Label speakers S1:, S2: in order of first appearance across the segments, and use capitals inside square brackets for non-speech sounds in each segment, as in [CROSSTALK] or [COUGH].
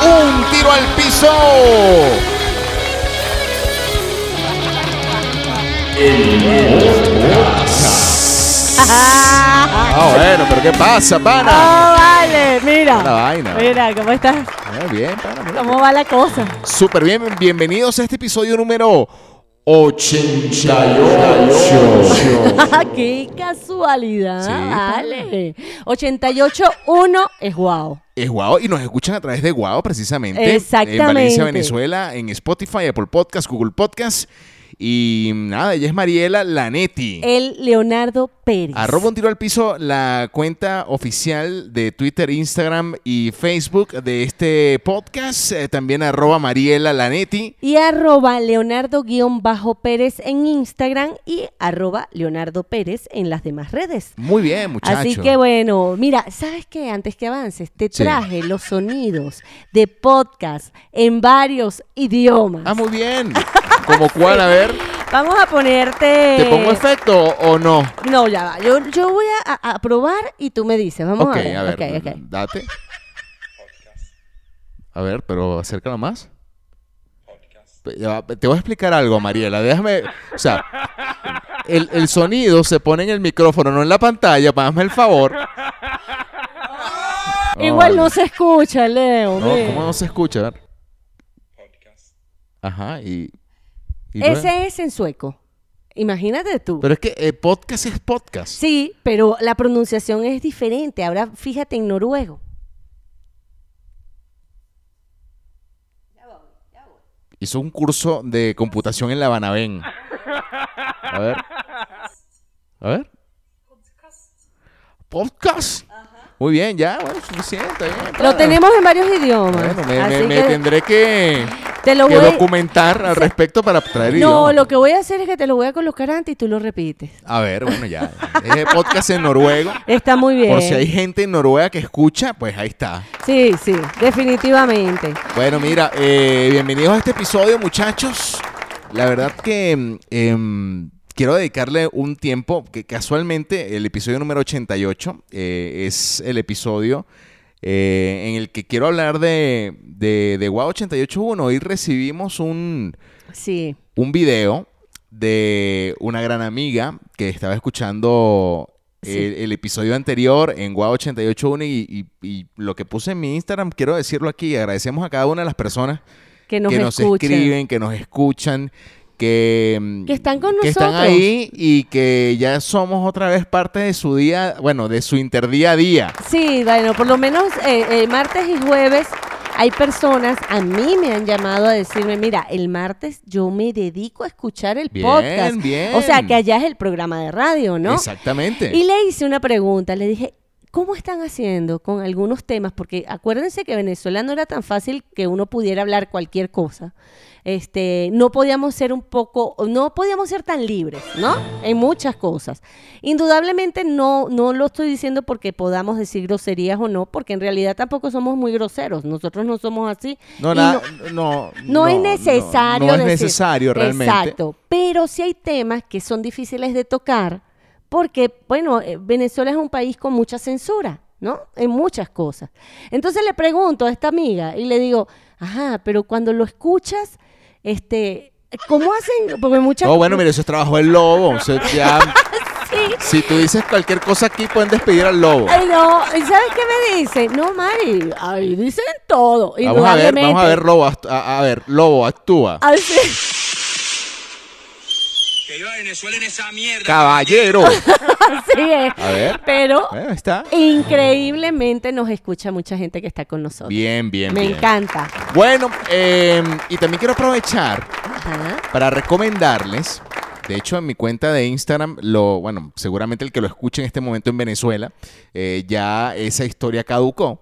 S1: Un tiro al piso. Ah, bueno, pero ¿qué pasa, pana?
S2: Oh, vale, mira.
S1: Una vaina.
S2: Mira, ¿cómo estás?
S1: Ah, bien, pana. mira.
S2: ¿Cómo va la cosa? [LAUGHS]
S1: Súper bien, bienvenidos a este episodio número 88.
S2: Ah, ¡Qué casualidad! Vale. 88.1 es guau.
S1: Es Guau y nos escuchan a través de Guau precisamente. En
S2: Exactamente.
S1: Valencia, Venezuela, en Spotify, Apple Podcast, Google Podcast. Y nada, ella es Mariela Lanetti.
S2: El Leonardo Pérez.
S1: Arroba un tiro al piso la cuenta oficial de Twitter, Instagram y Facebook de este podcast. Eh, también arroba Mariela Lanetti.
S2: Y arroba Leonardo-Pérez en Instagram y arroba Leonardo Pérez en las demás redes.
S1: Muy bien, muchachos.
S2: Así que bueno, mira, ¿sabes qué? Antes que avances, te
S1: Sí.
S2: traje los sonidos de podcast en varios idiomas.
S1: Ah, muy bien. Como cuál, a ver,
S2: Vamos a ponerte... [LAUGHS]
S1: ¿te pongo efecto o no?
S2: No, ya va. Yo, yo voy a, a- a probar y tú me dices. Vamos
S1: ok,
S2: a ver. ok, ok.
S1: date. A ver, pero acércalo más. Ya va, Te voy a explicar algo, Mariela. Déjame. O sea, el, el sonido se pone en el micrófono, no en la pantalla. pa- Hazme el favor.
S2: Igual no se escucha, Leo.
S1: No,
S2: mira.
S1: ¿Cómo no se escucha? A ver. Ajá, y. y luego-
S2: Ese es en sueco. Imagínate tú.
S1: Pero es que eh, podcast es podcast.
S2: Sí, pero la pronunciación es diferente. Ahora fíjate en noruego.
S1: Hizo un curso de computación en la Banavén. A ver. A ver. Podcast. Muy bien, ya, bueno, suficiente. bien,
S2: Lo
S1: claro.
S2: tenemos en varios idiomas.
S1: Bueno, me,
S2: así
S1: me- me
S2: que
S1: tendré que,
S2: te lo
S1: que
S2: voy-
S1: documentar al respecto para traer
S2: No,
S1: idiomas.
S2: lo que voy a hacer es que te lo voy a colocar antes y tú lo repites.
S1: A ver, bueno, ya. Es podcast en noruego.
S2: Está muy bien.
S1: Por si hay gente en Noruega que escucha, pues ahí está.
S2: Sí, sí, definitivamente.
S1: Bueno, mira, eh, bienvenidos a este episodio, muchachos. La verdad que mm, em, quiero dedicarle un tiempo, que casualmente el episodio número 88 eh, es el episodio eh, en el que quiero hablar de, de, de Guau 88.1. Hoy recibimos un,
S2: Sí.
S1: un video de una gran amiga que estaba escuchando
S2: Sí.
S1: el, el episodio anterior en Guau 88.1 y, y- y lo que puse en mi Instagram, quiero decirlo aquí, agradecemos a cada una de las personas
S2: Que nos,
S1: que nos
S2: escuchan.
S1: escriben, que nos escuchan, que, mm,
S2: Que están con
S1: que están
S2: nosotros.
S1: ahí y que ya somos otra vez parte de su día, bueno, de su interdía a día.
S2: Sí, bueno, por lo menos eh, eh, martes y jueves hay personas, a mí me han llamado a decirme, mira, el martes yo me dedico a escuchar el
S1: Bien,
S2: podcast.
S1: bien.
S2: O sea, que allá es el programa de radio, ¿no?
S1: Exactamente.
S2: Y le hice una pregunta, le dije, ¿cómo están haciendo con algunos temas? Porque acuérdense que Venezuela no era tan fácil que uno pudiera hablar cualquier cosa. Este, no podíamos ser un poco, no podíamos ser tan libres, ¿no? En muchas cosas. Indudablemente no, no lo estoy diciendo porque podamos decir groserías o no, porque en realidad tampoco somos muy groseros. Nosotros no somos así.
S1: no,
S2: Y
S1: na-
S2: no-
S1: no,
S2: no, es
S1: no,
S2: necesario.
S1: No, es
S2: decir-
S1: necesario realmente.
S2: Exacto. Pero sí hay temas que son difíciles de tocar porque, bueno, eh, Venezuela es un país con mucha censura, ¿no? En muchas cosas. Entonces le pregunto a esta amiga y le digo, ajá, pero cuando lo escuchas, este, ¿cómo hacen? Porque muchas
S1: No, Oh, bueno, mira, eso es trabajo del lobo. o sea, ya-
S2: Sí.
S1: si tú dices cualquier cosa aquí, pueden despedir al lobo.
S2: Ay, no, ¿y ¿sabes qué me dice? No, Mari, ahí dicen todo.
S1: Vamos a ver, vamos a
S2: indudablemente. Ah.
S1: ver, lobo, act- a, a ver, lobo, actúa.
S2: [LAUGHS] Así-
S3: Que iba a Venezuela en esa mierda.
S1: Caballero.
S2: así es.
S1: A ver.
S2: Pero
S1: Bueno, ahí está.
S2: Increíblemente nos escucha mucha gente que está con nosotros.
S1: Bien, bien,
S2: Me
S1: bien.
S2: encanta.
S1: Bueno, eh, y también quiero aprovechar
S2: Ajá.
S1: para recomendarles. De hecho, en mi cuenta de Instagram, lo, bueno, seguramente el que lo escuche en este momento en Venezuela, eh, ya esa historia caducó.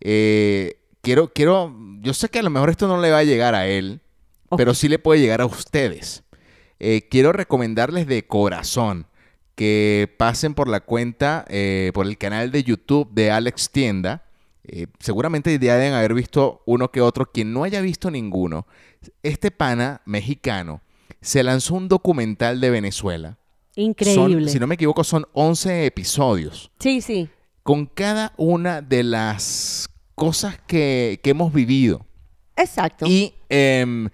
S1: Eh, quiero, quiero, yo sé que a lo mejor esto no le va a llegar a él,
S2: Ok.
S1: pero sí le puede llegar a ustedes. Eh, quiero recomendarles de corazón que pasen por la cuenta, eh, por el canal de YouTube de Alex Tienda. Eh, seguramente ya deben haber visto uno que otro. Quien no haya visto ninguno, este pana mexicano se lanzó un documental de Venezuela. Son-
S2: Increíble.
S1: si no me equivoco, son 11 episodios.
S2: Sí, sí.
S1: Con cada una de las cosas que, que hemos vivido.
S2: Exacto.
S1: Y em,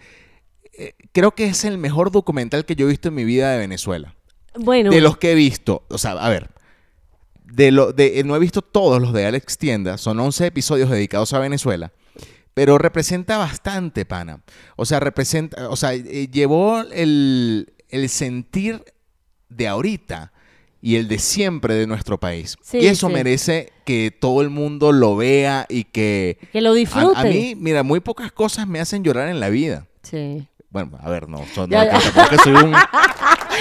S1: eh, creo que es el mejor documental que yo he visto en mi vida de Venezuela.
S2: bueno,
S1: De los que he visto, o sea, a ver, de lo, de, eh, no he visto todos los de Alex Tienda, son 11 episodios dedicados a Venezuela, pero representa bastante, pana. O sea, representa, o sea, eh, llevó el, el sentir de ahorita y el de siempre de nuestro país.
S2: Sí,
S1: y eso
S2: sí.
S1: merece que todo el mundo lo vea y que...
S2: que lo
S1: A- A,
S2: disfruten.
S1: mí, mira, muy pocas cosas me hacen llorar en la vida.
S2: Sí.
S1: Bueno, a ver, no, son, no
S2: Ya, ya.
S1: que tampoco soy
S2: [LAUGHS]
S1: un...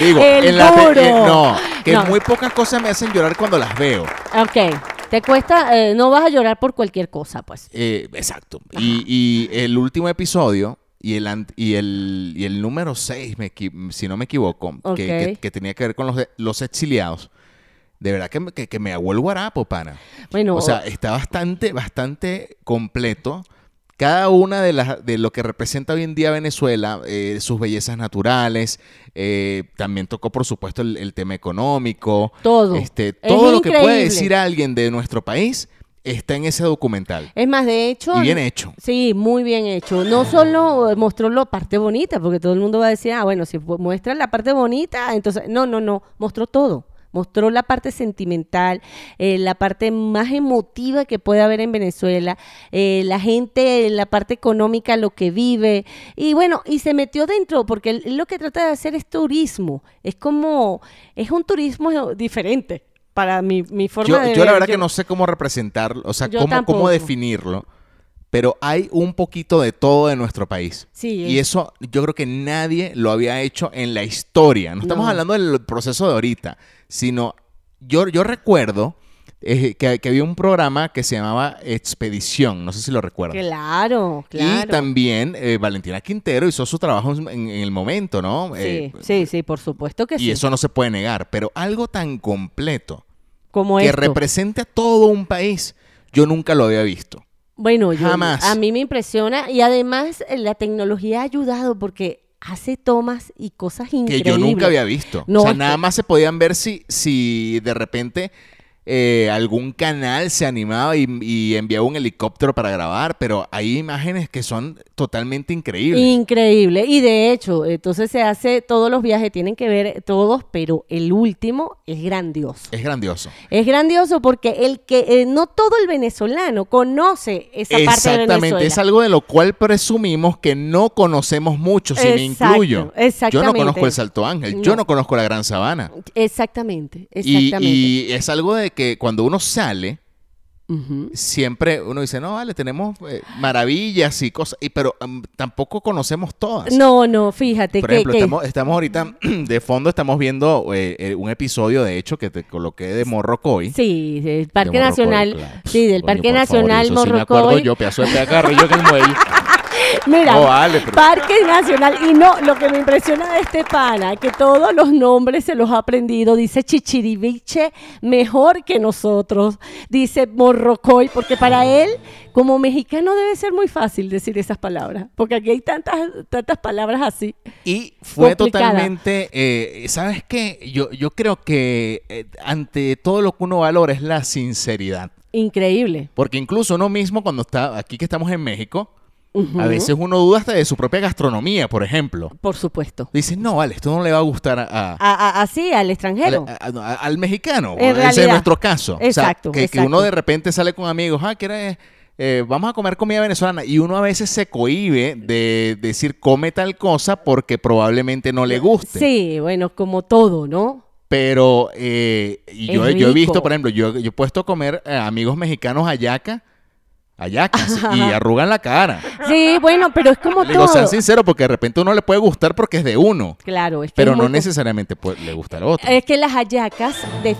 S1: Digo,
S2: El
S1: en la te-
S2: duro.
S1: eh, no, que
S2: No.
S1: muy pocas cosas me hacen llorar cuando las veo.
S2: Ok. Te cuesta, eh, no vas a llorar por cualquier cosa, pues.
S1: Eh, exacto. Y, y el último episodio y el, ant- y el, y el número 6, si no me equivoco, que-
S2: Ok.
S1: que, que tenía que ver con los, los exiliados, de verdad que, me- que, que me aguó el guarapo, pana.
S2: Bueno,
S1: O sea, está bastante, bastante completo. Cada una de las de lo que representa hoy en día Venezuela, eh, sus bellezas naturales, eh, también tocó por supuesto el, el tema económico.
S2: Todo.
S1: Este,
S2: Es
S1: todo lo que puede
S2: increíble.
S1: decir alguien de nuestro país está en ese documental.
S2: es más, de hecho.
S1: Y bien hecho.
S2: Sí, muy bien hecho. No solo eh, mostró la parte bonita, porque todo el mundo va a decir, ah, bueno, si pu- muestra la parte bonita, entonces, no, no, no, mostró todo. Mostró la parte sentimental, eh, la parte más emotiva que puede haber en Venezuela, eh, la gente, la parte económica, lo que vive. Y bueno, y se metió dentro, porque él- él lo que trata de hacer es turismo. Es como, es un turismo diferente para mi, mi forma
S1: Yo,
S2: de
S1: yo la
S2: ver.
S1: verdad que
S2: Yo-
S1: no sé cómo representarlo, o sea,
S2: Yo
S1: cómo, cómo
S2: tampoco.
S1: definirlo, pero hay un poquito de todo de nuestro país.
S2: Sí,
S1: Y
S2: es-
S1: eso yo creo que nadie lo había hecho en la historia. No estamos
S2: No.
S1: hablando del proceso de ahorita, sino yo, yo recuerdo eh, que, que había un programa que se llamaba Expedición, no sé si lo recuerdas.
S2: Claro, claro.
S1: Y también eh, Valentina Quintero hizo su trabajo en, en el momento, ¿no?
S2: Sí,
S1: Eh,
S2: sí, sí, por supuesto que
S1: Y
S2: sí.
S1: eso no se puede negar, pero algo tan completo
S2: como
S1: que
S2: esto.
S1: represente a todo un país, yo nunca lo había visto.
S2: Bueno, yo,
S1: Jamás.
S2: a mí me impresiona y además eh, la tecnología ha ayudado porque hace tomas y cosas
S1: Que
S2: increíbles.
S1: yo nunca había visto.
S2: No,
S1: o sea,
S2: es
S1: nada
S2: que-
S1: más se podían ver si, si de repente eh, algún canal se animaba y, y enviaba un helicóptero para grabar, pero hay imágenes que son totalmente increíbles.
S2: Increíble. Y de hecho, entonces se hace, todos los viajes tienen que ver todos, pero el último es grandioso.
S1: Es grandioso.
S2: Es grandioso porque el que eh, no todo el venezolano conoce esa parte de Venezuela.
S1: Exactamente, es algo de lo cual presumimos que no conocemos mucho, si me
S2: Exacto,
S1: incluyo. Yo no
S2: exactamente.
S1: conozco el Salto Ángel, yo
S2: No.
S1: no conozco la Gran Sabana.
S2: Exactamente,
S1: Y,
S2: exactamente.
S1: y es algo de que cuando uno sale,
S2: Ujú.
S1: siempre uno dice, no, vale, tenemos eh, maravillas y cosas, y, pero mm, tampoco conocemos todas.
S2: No, no, fíjate
S1: Por
S2: que,
S1: ejemplo,
S2: que-
S1: Estamos, estamos ahorita, [CLEARS THROAT] de fondo estamos viendo eh, eh, un episodio, de hecho, que te coloqué de Morrocoy.
S2: Sí, del Parque
S1: De Morrocoy,
S2: Nacional.
S1: claro.
S2: Sí, del
S1: Coño,
S2: Parque
S1: por favor,
S2: Nacional
S1: eso sí me
S2: Morrocoy.
S1: acuerdo yo, pedazo de yo como él.
S2: Mira,
S1: No, vale, pero-
S2: Parque Nacional. Y no, lo que me impresiona de este pana, que todos los nombres se los ha aprendido. Dice Chichiriviche mejor que nosotros. Dice Morrocoy, porque para
S1: Ah.
S2: él, como mexicano, debe ser muy fácil decir esas palabras. Porque aquí hay tantas, tantas palabras así.
S1: Y fue
S2: Complicada.
S1: totalmente, eh, ¿sabes qué? Yo, yo creo que eh, ante todo lo que uno valora es la sinceridad.
S2: Increíble.
S1: Porque incluso uno mismo cuando está aquí que estamos en México,
S2: Ujú.
S1: a veces uno duda hasta de su propia gastronomía, por ejemplo.
S2: Por supuesto.
S1: Dice, no, vale, esto no le va a gustar a, a-
S2: A- a- así, al extranjero.
S1: al, a- no, a- al mexicano.
S2: En
S1: Ese es
S2: realidad.
S1: nuestro caso. O sea,
S2: Exacto,
S1: que, que
S2: exacto.
S1: uno de repente sale con amigos, ah, ¿quieres? eh, vamos a comer comida venezolana y uno a veces se cohíbe de decir come tal cosa porque probablemente no le guste.
S2: sí, bueno, como todo, ¿no?
S1: Pero eh, y
S2: Es
S1: yo, yo he visto,
S2: rico.
S1: por ejemplo, yo, yo he puesto a comer eh, amigos mexicanos ayaca,
S2: [LAUGHS]
S1: ayacas, y arrugan la cara.
S2: Sí, bueno, pero es como
S1: Le digo,
S2: todo.
S1: sean sinceros, porque de repente uno le puede gustar porque es de uno,
S2: Claro, es que
S1: pero
S2: es
S1: no
S2: muy co-
S1: necesariamente puede- le gusta al otro.
S2: Es que las hallacas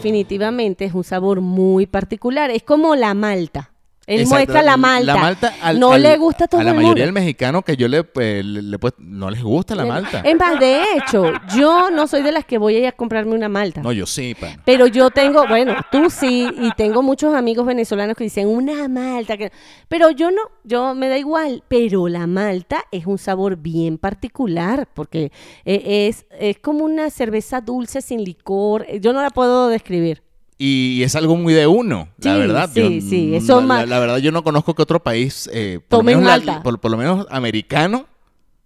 S2: definitivamente es un sabor muy particular. Es como la malta. Él
S1: Exacto,
S2: muestra la malta.
S1: La malta al-
S2: no
S1: al-
S2: le gusta a todo
S1: A la
S2: el
S1: mayoría del
S2: mundo.
S1: mexicano que yo le, eh, le- le puesto- no les gusta la malta.
S2: Es más, de hecho, yo no soy de las que voy a ir a comprarme una malta.
S1: No, yo sí, pana.
S2: Pero yo tengo, bueno, tú sí, y tengo muchos amigos venezolanos que dicen una malta. Que... Pero yo no, yo me da igual. Pero la malta es un sabor bien particular, porque eh, es, es como una cerveza dulce sin licor. Yo no la puedo describir.
S1: Y es algo muy de uno, la
S2: Sí,
S1: verdad.
S2: sí,
S1: Yo- mm,
S2: sí, eso
S1: la,
S2: ma-
S1: la- la verdad, yo no conozco que otro país, eh, por, lo
S2: Tomen
S1: menos la-
S2: Malta.
S1: por, por lo menos americano,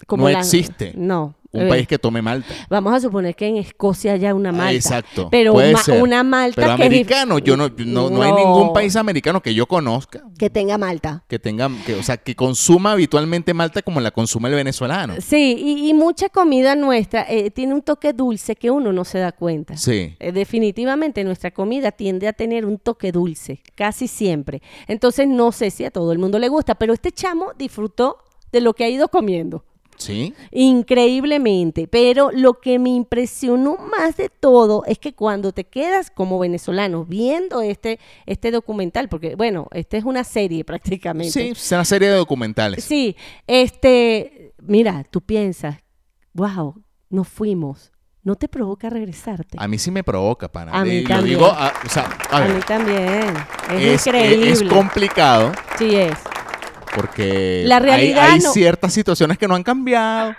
S2: Como
S1: no
S2: la-
S1: existe
S2: No.
S1: un
S2: Eh,
S1: país que tome Malta.
S2: Vamos a suponer que en Escocia haya una
S1: Ah,
S2: malta.
S1: exacto,
S2: Pero
S1: puede
S2: ma-
S1: ser.
S2: una malta
S1: Pero
S2: que,
S1: americano, yo no, yo no, no hay ningún país americano que yo conozca
S2: que tenga malta.
S1: que tenga, que, o sea, que consuma habitualmente Malta como la consume el venezolano.
S2: Sí, y, y mucha comida nuestra eh, tiene un toque dulce que uno no se da cuenta.
S1: Sí.
S2: Eh, Definitivamente nuestra comida tiende a tener un toque dulce, casi siempre. Entonces no sé si a todo el mundo le gusta, pero este chamo disfrutó de lo que ha ido comiendo.
S1: Sí.
S2: Increíblemente, pero lo que me impresionó más de todo es que cuando te quedas como venezolano viendo este, este documental, porque bueno, esta es una serie [LAUGHS] prácticamente.
S1: Sí, es una serie de documentales.
S2: Sí, este, mira, tú piensas, wow, nos fuimos, no te provoca regresarte.
S1: A mí sí me provoca, pana.
S2: A mí
S1: Y lo
S2: también.
S1: digo, a- o sea, a
S2: A
S1: ver,
S2: mí también, es,
S1: es,
S2: increíble.
S1: es complicado
S2: Sí es.
S1: porque
S2: La
S1: hay-
S2: realidad
S1: hay,
S2: no-
S1: ciertas situaciones que no han cambiado.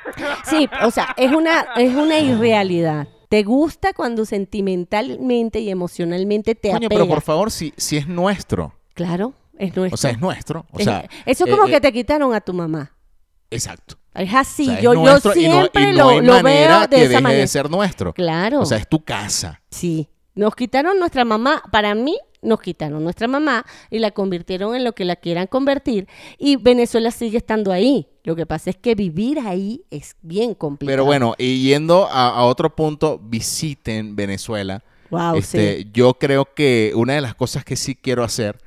S2: Sí, o sea, es una, es una irrealidad. Te gusta cuando sentimentalmente y emocionalmente te
S1: Coño,
S2: apega.
S1: pero por favor, si, si es nuestro.
S2: Claro, es nuestro.
S1: O sea, es nuestro. O
S2: Es-
S1: sea,
S2: eso es
S1: eh,
S2: como
S1: eh,
S2: que te quitaron a tu mamá.
S1: Exacto.
S2: Es así,
S1: O sea, es
S2: yo, yo
S1: nuestro y no- y
S2: siempre
S1: no hay
S2: lo, lo
S1: manera
S2: veo
S1: que
S2: de
S1: deje
S2: esa manera.
S1: de ser nuestro.
S2: Claro,
S1: O sea, es tu casa.
S2: sí. Nos quitaron nuestra mamá, para mí nos quitaron nuestra mamá y la convirtieron en lo que la quieran convertir y Venezuela sigue estando ahí. Lo que pasa es que vivir ahí es bien complicado.
S1: Pero bueno, y yendo a, a otro punto, visiten Venezuela.
S2: wow,
S1: Este,
S2: sí.
S1: Yo creo que una de las cosas que sí quiero hacer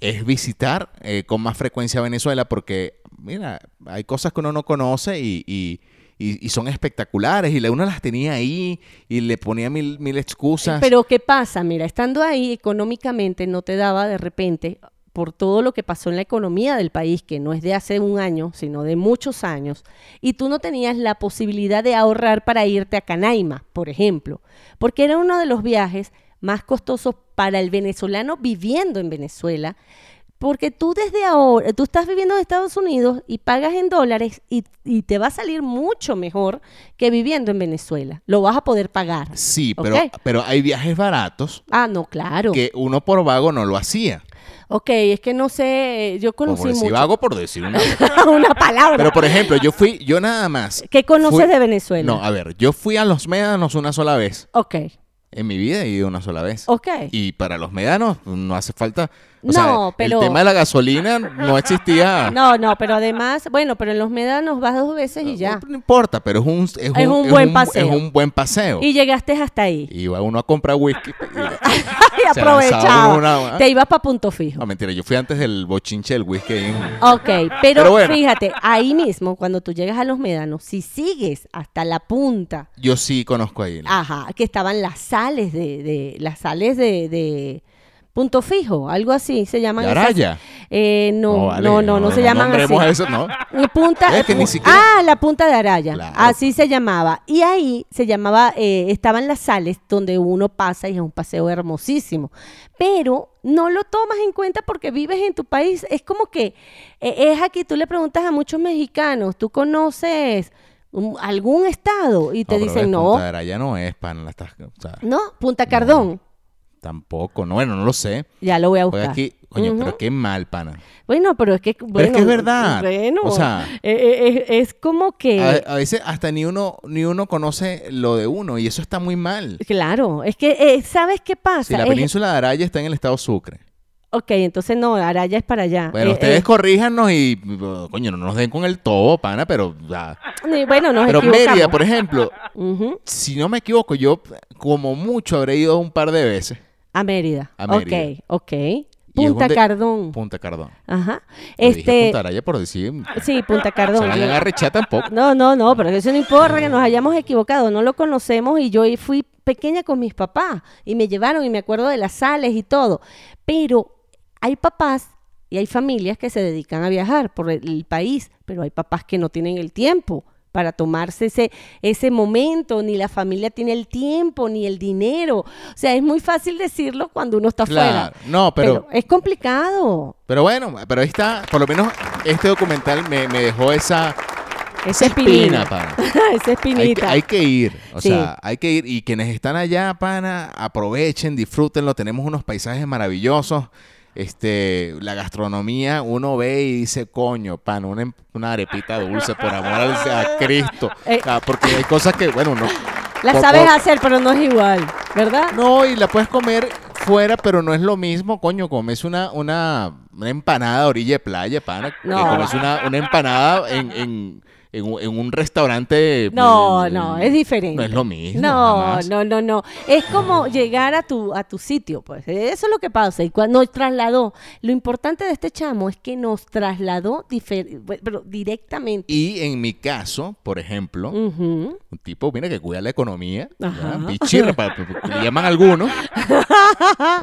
S1: es visitar eh, con más frecuencia Venezuela porque, mira, hay cosas que uno no conoce y, y- y- y son espectaculares y la- uno las tenía ahí y le ponía mil, mil excusas.
S2: Pero ¿qué pasa? Mira, estando ahí económicamente no te daba de repente por todo lo que pasó en la economía del país, que no es de hace un año, sino de muchos años, y tú no tenías la posibilidad de ahorrar para irte a Canaima, por ejemplo, porque era uno de los viajes más costosos para el venezolano viviendo en Venezuela, porque tú desde ahora, tú estás viviendo en Estados Unidos y pagas en dólares y, y te va a salir mucho mejor que viviendo en Venezuela. Lo vas a poder pagar.
S1: sí, pero,
S2: Ok.
S1: pero hay viajes baratos
S2: Ah, no, claro.
S1: que uno por vago no lo hacía.
S2: Ok, es que no sé, yo
S1: Por
S2: conocí
S1: decir
S2: mucho.
S1: vago, por decir
S2: [LAUGHS]
S1: una.
S2: una palabra.
S1: Pero por ejemplo, yo fui, yo nada más.
S2: ¿Qué conoces
S1: fui-
S2: de Venezuela?
S1: No, a ver, yo fui a los médanos una sola vez.
S2: Ok,
S1: En mi vida he ido una sola vez.
S2: ok.
S1: Y para los médanos no hace falta. O
S2: No,
S1: sea,
S2: pero-
S1: El tema de la gasolina no existía.
S2: [LAUGHS] No, no, pero además, bueno, pero en los médanos vas dos veces y ya.
S1: No importa, pero es un, es un,
S2: un buen paseo.
S1: Es un buen paseo.
S2: Y llegaste hasta ahí.
S1: Iba uno a comprar whisky.
S2: [LAUGHS] Y
S1: Se lanzaba
S2: aprovechaba.
S1: una-
S2: Te ibas para punto fijo.
S1: No, mentira, yo fui antes del bochinche del whisky. ahí en-
S2: Ok, pero,
S1: Pero bueno.
S2: fíjate, ahí mismo, cuando tú llegas a los médanos, si sigues hasta la punta,
S1: Yo sí conozco ahí. ¿no?
S2: ajá, que estaban las sales de, de las sales de, de punto fijo, algo así se llaman. esas-
S1: Yaraya.
S2: Eh, no, no,
S1: vale,
S2: no, no, se llaman así.
S1: nombremos eso, ¿no?
S2: Eh, Punta,
S1: Es que ni
S2: pu-
S1: siquiera-
S2: Ah, la punta de araya.
S1: Claro.
S2: Así se llamaba. Y ahí se llamaba, eh, estaban las sales donde uno pasa y es un paseo hermosísimo. Pero no lo tomas en cuenta porque vives en tu país. Es como que eh, es aquí, tú le preguntas a muchos mexicanos, ¿tú conoces un- algún estado? Y te
S1: pero ves,
S2: dicen, no,
S1: Punta de Araya no es pan. La estás- o sea,
S2: no, Punta Cardón.
S1: Tampoco. No, bueno, no lo sé.
S2: Ya lo voy a
S1: Porque
S2: buscar.
S1: Pues aquí, coño,
S2: Ujú.
S1: pero qué mal, pana.
S2: Bueno, pero es que.
S1: Pero es
S2: Bueno,
S1: que es verdad.
S2: Bueno,
S1: O sea-
S2: eh, eh, eh, es como que.
S1: A, a veces hasta ni uno, ni uno conoce lo de uno y eso está muy mal.
S2: Claro, es que, eh, ¿sabes qué pasa?
S1: Si la
S2: Es-
S1: península de Araya está en el estado Sucre.
S2: ok, entonces no, Araya es para allá.
S1: Bueno,
S2: Eh,
S1: ustedes
S2: eh,
S1: corríjanos y, oh, coño, no nos den con el todo, pana, pero... ah.
S2: y bueno, nos
S1: Pero
S2: equivocamos.
S1: Mérida, pues. por ejemplo,
S2: Ujú,
S1: si no me equivoco, yo como mucho habré ido un par de veces.
S2: A Mérida.
S1: A Mérida.
S2: Ok, ok.
S1: Y es
S2: Punta
S1: donde-
S2: Cardón.
S1: Punta Cardón.
S2: Ajá.
S1: Le dije
S2: Mm. Este,
S1: Punta Araya por decir...
S2: sí, Punta
S1: No
S2: Cardón.
S1: vayan a arrechar
S2: [LAUGHS]
S1: tampoco.
S2: No, no, no, pero eso no importa que nos hayamos equivocado, no lo conocemos y yo fui pequeña con mis papás y me llevaron y me acuerdo de las sales y todo, pero hay papás y hay familias que se dedican a viajar por el, el país, pero hay papás que no tienen el tiempo para tomarse ese, ese momento, ni la familia tiene el tiempo, ni el dinero. O sea, es muy fácil decirlo cuando uno está afuera.
S1: Claro. No, pero...
S2: pero es complicado.
S1: Pero bueno, pero ahí está, por lo menos este documental me, me dejó esa,
S2: Esa
S1: espina,
S2: espinita. [LAUGHS]
S1: pana.
S2: Esa
S1: Hay que,
S2: espinita.
S1: hay que ir, o
S2: Sí.
S1: sea, hay que ir. Y quienes están allá, pana, aprovechen, disfrútenlo. Tenemos unos paisajes maravillosos. Este, la gastronomía, uno ve y dice, coño, pana, una, em- una arepita dulce, por amor al- a Cristo.
S2: Eh.
S1: Ah, porque hay cosas que, bueno, no.
S2: La
S1: po-
S2: sabes
S1: po-
S2: hacer, pero no es igual, ¿verdad?
S1: No, y la puedes comer fuera, pero no es lo mismo, coño, comes una, una, una empanada a orilla de playa, pana.
S2: No.
S1: Que comes una, una empanada en, en, en un- en un restaurante.
S2: No,
S1: eh,
S2: no, es diferente.
S1: No es lo mismo.
S2: No,
S1: jamás.
S2: no, no, no. Es como llegar a tu, a tu sitio, pues. Eso es lo que pasa. Y cuando nos trasladó, lo importante de este chamo es que nos trasladó difer- pero directamente.
S1: Y en mi caso, por ejemplo,
S2: Ujú.
S1: un tipo, mira, que cuida la economía, ¿ya?
S2: Ajá.
S1: bichirra, pa- pa- pa- le llaman
S2: [LAUGHS]
S1: algunos.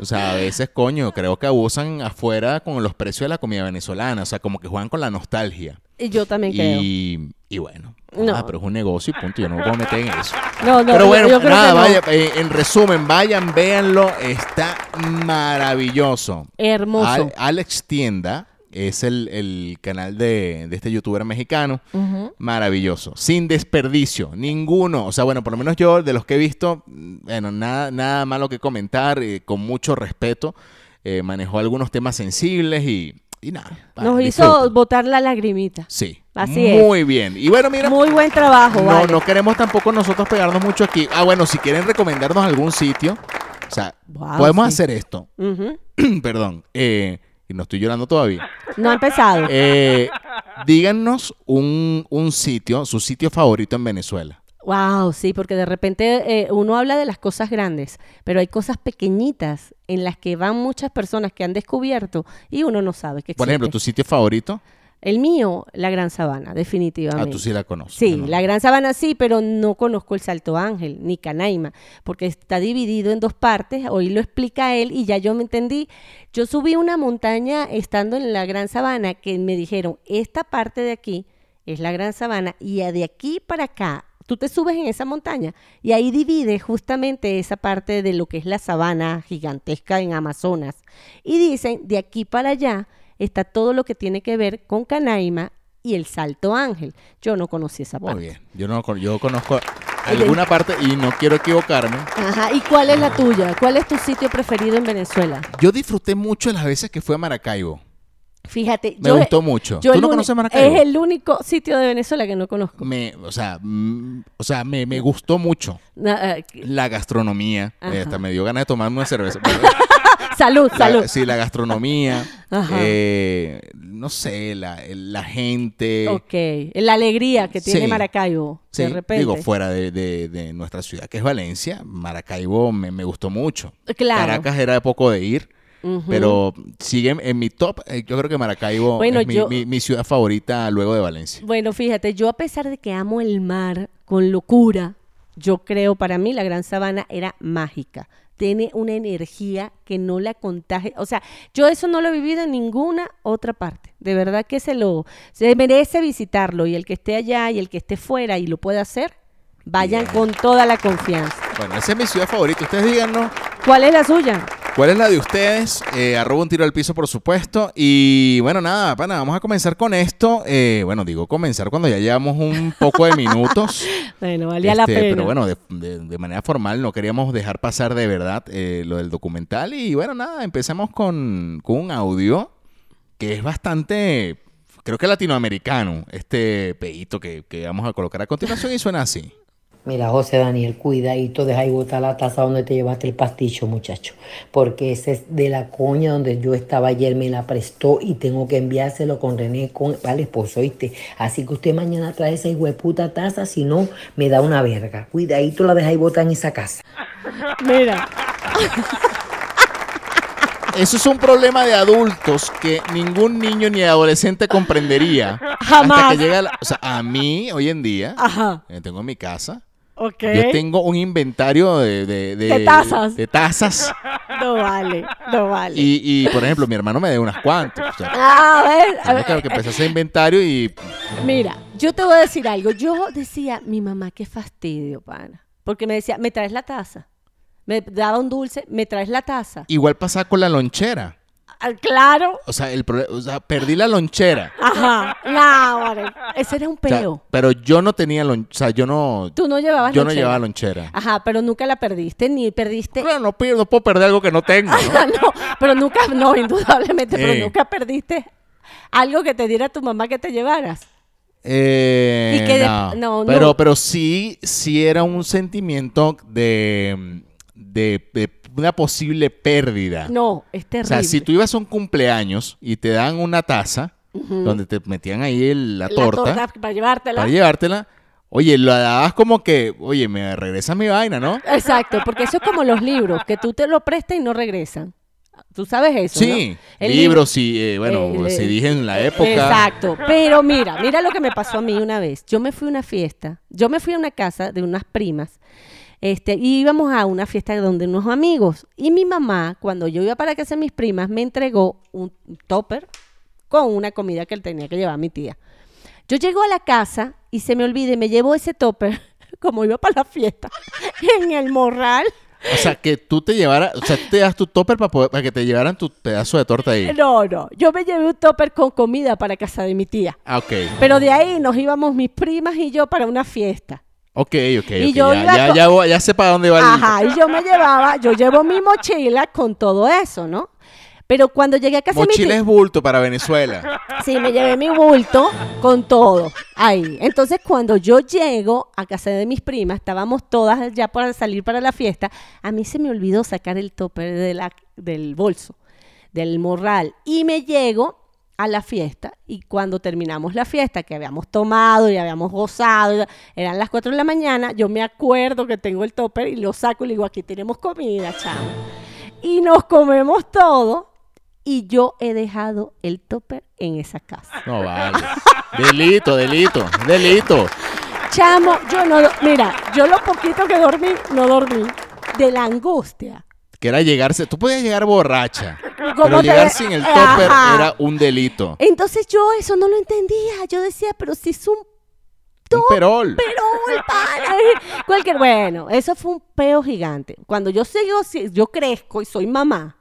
S1: O sea, a veces, coño, creo que abusan afuera con los precios de la comida venezolana, o sea, como que juegan con la nostalgia.
S2: Y Yo también creo.
S1: Y, y bueno,
S2: No.
S1: ah, pero es un negocio y punto, yo no me voy a meter en eso.
S2: No, no,
S1: pero
S2: yo-
S1: bueno,
S2: yo creo
S1: nada,
S2: que no.
S1: vaya, eh, en resumen, vayan, véanlo, está maravilloso.
S2: Hermoso.
S1: Al- Alex Tienda es el, el canal de, de este youtuber mexicano.
S2: Ujú.
S1: Maravilloso. Sin desperdicio. Ninguno. O sea, bueno, por lo menos yo, de los que he visto, mm, bueno, nada, nada malo que comentar. eh, con mucho respeto. eh, manejó algunos temas sensibles y, y nada. pa,
S2: Nos hizo
S1: disfruten.
S2: botar la lagrimita.
S1: Sí.
S2: Así es.
S1: Muy bien. Y bueno, mira.
S2: Muy buen trabajo,
S1: no,
S2: vale.
S1: no queremos tampoco nosotros pegarnos mucho aquí. Ah, bueno, si quieren recomendarnos algún sitio. O sea,
S2: Wow,
S1: podemos
S2: sí.
S1: hacer esto. [CLEARS THROAT]
S2: Ujú.
S1: Perdón. eh, y no estoy llorando todavía.
S2: No ha empezado.
S1: Eh, díganos un, un sitio, su sitio favorito en Venezuela.
S2: Wow, sí, porque de repente eh, uno habla de las cosas grandes, pero hay cosas pequeñitas en las que van muchas personas que han descubierto y uno no sabe que existe.
S1: Por ejemplo, tu sitio favorito,
S2: El mío, la Gran Sabana,
S1: ah,
S2: definitivamente.
S1: tú sí la conoces.
S2: Sí,
S1: ¿no?
S2: la Gran Sabana sí, pero no conozco el Salto Ángel ni Canaima, porque está dividido en dos partes. Hoy lo explica él y ya yo me entendí. Yo subí una montaña estando en la Gran Sabana que me dijeron, esta parte de aquí es la Gran Sabana y a- de aquí para acá. Tú te subes en esa montaña y ahí divide justamente esa parte de lo que es la sabana gigantesca en Amazonas. Y dicen, de aquí para allá está todo lo que tiene que ver con Canaima y el Salto Ángel. Yo no conocí esa
S1: Muy
S2: parte.
S1: bien. Yo, no, con- yo conozco alguna parte y no quiero equivocarme.
S2: Ajá, ¿y cuál es la tuya? ¿Cuál es tu sitio preferido en Venezuela?
S1: Yo disfruté mucho las veces que fui a Maracaibo.
S2: Fíjate,
S1: Me
S2: yo-
S1: gustó mucho.
S2: yo
S1: ¿Tú
S2: el
S1: no
S2: uni-
S1: conoces Maracaibo?
S2: Es el único sitio de Venezuela que no conozco.
S1: Me, o sea, mm, o sea me, me gustó mucho
S2: Na- eh,
S1: la gastronomía. Eh,
S2: Ajá.
S1: hasta me dio ganas de tomarme una cerveza.
S2: [LAUGHS] ¡Ah! salud,
S1: La-
S2: salud.
S1: Ah, sí, la gastronomía.
S2: Ajá.
S1: eh, no sé, la, la gente.
S2: Oh, ok, la alegría que tiene
S1: Sí.
S2: Maracaibo
S1: Sí,
S2: de repente.
S1: digo, fuera de, de- de nuestra ciudad, que es Valencia, Maracaibo me, me gustó mucho.
S2: Claro.
S1: Caracas era de poco de ir,
S2: Ujú.
S1: pero sigue en mi top. eh, Yo creo que Maracaibo
S2: Bueno,
S1: es mi,
S2: yo-
S1: mi- mi ciudad favorita luego de Valencia.
S2: Bueno, fíjate, yo a pesar de que amo el mar con locura, yo creo para mí la Gran Sabana era mágica. Tiene una energía que no la contagia. O sea, yo eso no lo he vivido en ninguna otra parte. De verdad que se lo se merece visitarlo y el que esté allá y el que esté fuera y lo pueda hacer, vayan
S1: Bien.
S2: con toda la confianza.
S1: Bueno, esa es mi ciudad favorita. Ustedes díganos
S2: ¿Cuál es la suya?
S1: cuál es la de ustedes. Eh, arroba un tiro al piso, por supuesto. Y bueno, nada, pana, vamos a comenzar con esto. Eh, bueno, digo comenzar cuando ya llevamos un poco de minutos.
S2: Bueno, [LAUGHS] valía la
S1: Este,
S2: pena.
S1: Pero bueno, de, de- de manera formal no queríamos dejar pasar de verdad eh, lo del documental. Y bueno, nada, empezamos con, con un audio que es bastante, creo que latinoamericano, este pedito que, que vamos a colocar a continuación y suena así.
S4: Mira, José Daniel, cuidadito, deja y botar la taza donde te llevaste el pasticho, muchacho. Porque ese es de la coña donde yo estaba ayer, me la prestó y tengo que enviárselo con René, con al esposo, ¿oíste? Así que usted mañana trae esa hueputa taza, si no, me da una verga. Cuidadito, la deja y botar en esa casa.
S2: Mira,
S1: Eso es un problema de adultos que ningún niño ni adolescente comprendería. Hasta
S2: Jamás.
S1: que llega la- o sea, a mí hoy en día,
S2: ajá,
S1: eh, tengo en mi casa,
S2: ok.
S1: yo tengo un inventario de, de-
S2: De tazas.
S1: De tazas.
S2: No vale, no vale.
S1: Y, y, por ejemplo, mi hermano me debe unas cuantas. o sea,
S2: Ah, A ver, a
S1: Tengo que,
S2: ver,
S1: que empecé a hacer inventario y
S2: Mira, yo te voy a decir algo. Yo decía, mi mamá, qué fastidio, pana. Porque me decía, me traes la taza. Me daba un dulce, me traes la taza.
S1: igual pasaba con la lonchera.
S2: Ah, Claro.
S1: O sea, el proble- o sea, perdí la lonchera.
S2: Ajá. No, vale. Ese era un
S1: O sea,
S2: pelo.
S1: pero yo no tenía lonchera. O sea, yo no.
S2: Tú no llevabas
S1: yo no
S2: lonchera.
S1: llevaba lonchera.
S2: Ajá, pero nunca la perdiste, ni perdiste. [LAUGHS] Ah,
S1: Claro, no, pierdo, no puedo perder algo que no tengo. ¿no?
S2: no, pero nunca, no, indudablemente,
S1: Eh.
S2: pero nunca perdiste algo que te diera tu mamá que te llevaras.
S1: Eh,
S2: Y que de-
S1: no.
S2: no, no.
S1: pero, pero sí, sí era un sentimiento de, de, de una posible pérdida.
S2: No, es
S1: o
S2: terrible.
S1: sea, si tú ibas a un cumpleaños y te dan una taza donde te metían ahí el- la, torta,
S2: La torta para llevártela.
S1: para llevártela, oye, la dabas como que, oye, me regresa mi vaina, ¿no?
S2: Exacto, porque eso es como los libros, que tú te lo prestas y no regresan. Tú sabes eso.
S1: Sí,
S2: ¿no? El libro-
S1: libros, sí, eh, bueno,
S2: Eh,
S1: se
S2: eh,
S1: dije en la época.
S2: Exacto. Pero mira, mira lo que me pasó a mí una vez. Yo me fui a una fiesta. Yo me fui a una casa de unas primas. Este, y íbamos a una fiesta donde unos amigos. Y mi mamá, cuando yo iba para casa de mis primas, me entregó un topper con una comida que él tenía que llevar mi tía. Yo llego a la casa y se me olvida y me llevo ese topper, [LAUGHS] como iba para la fiesta, [LAUGHS] en el morral.
S1: O sea, que tú te llevaras, o sea, tú te das tu topper para, poder- para que te llevaran tu pedazo de torta ahí.
S2: No, no. Yo me llevé un topper con comida para casa de mi tía.
S1: Ah, ok.
S2: Pero de ahí nos íbamos mis primas y yo para una fiesta.
S1: Ok, ok.
S2: Y
S1: ok,
S2: yo
S1: ya,
S2: iba
S1: ya,
S2: con-
S1: ya voy- ya sé para dónde va el-
S2: Ajá, y yo me llevaba, yo llevo mi mochila con todo eso, ¿no? Pero cuando llegué a casa de mi
S1: Mochila
S2: tía-
S1: es bulto para Venezuela.
S2: Sí, me llevé mi bulto con todo ahí. Entonces, cuando yo llego a casa de mis primas, estábamos todas ya para salir para la fiesta, a mí se me olvidó sacar el topper de la- del bolso, del morral. Y me llego a la fiesta y cuando terminamos la fiesta, que habíamos tomado y habíamos gozado, eran las 4 de la mañana, yo me acuerdo que tengo el topper y lo saco y le digo, aquí tenemos comida, chamo. Y nos comemos todo y yo he dejado el topper en esa casa.
S1: No vale. Delito, delito, delito.
S2: Chamo, yo no, mira, yo lo poquito que dormí, no dormí, de la angustia.
S1: Que era llegarse, tú podías llegar borracha,
S2: ¿Cómo
S1: pero
S2: te-
S1: llegar sin el topper
S2: Ajá.
S1: era un delito.
S2: Entonces yo eso no lo entendía, yo decía, pero si es un
S1: Un perol.
S2: perol, pana, eh, cualquier, bueno, eso fue un peo gigante. Cuando yo sigo, si- yo crezco y soy mamá,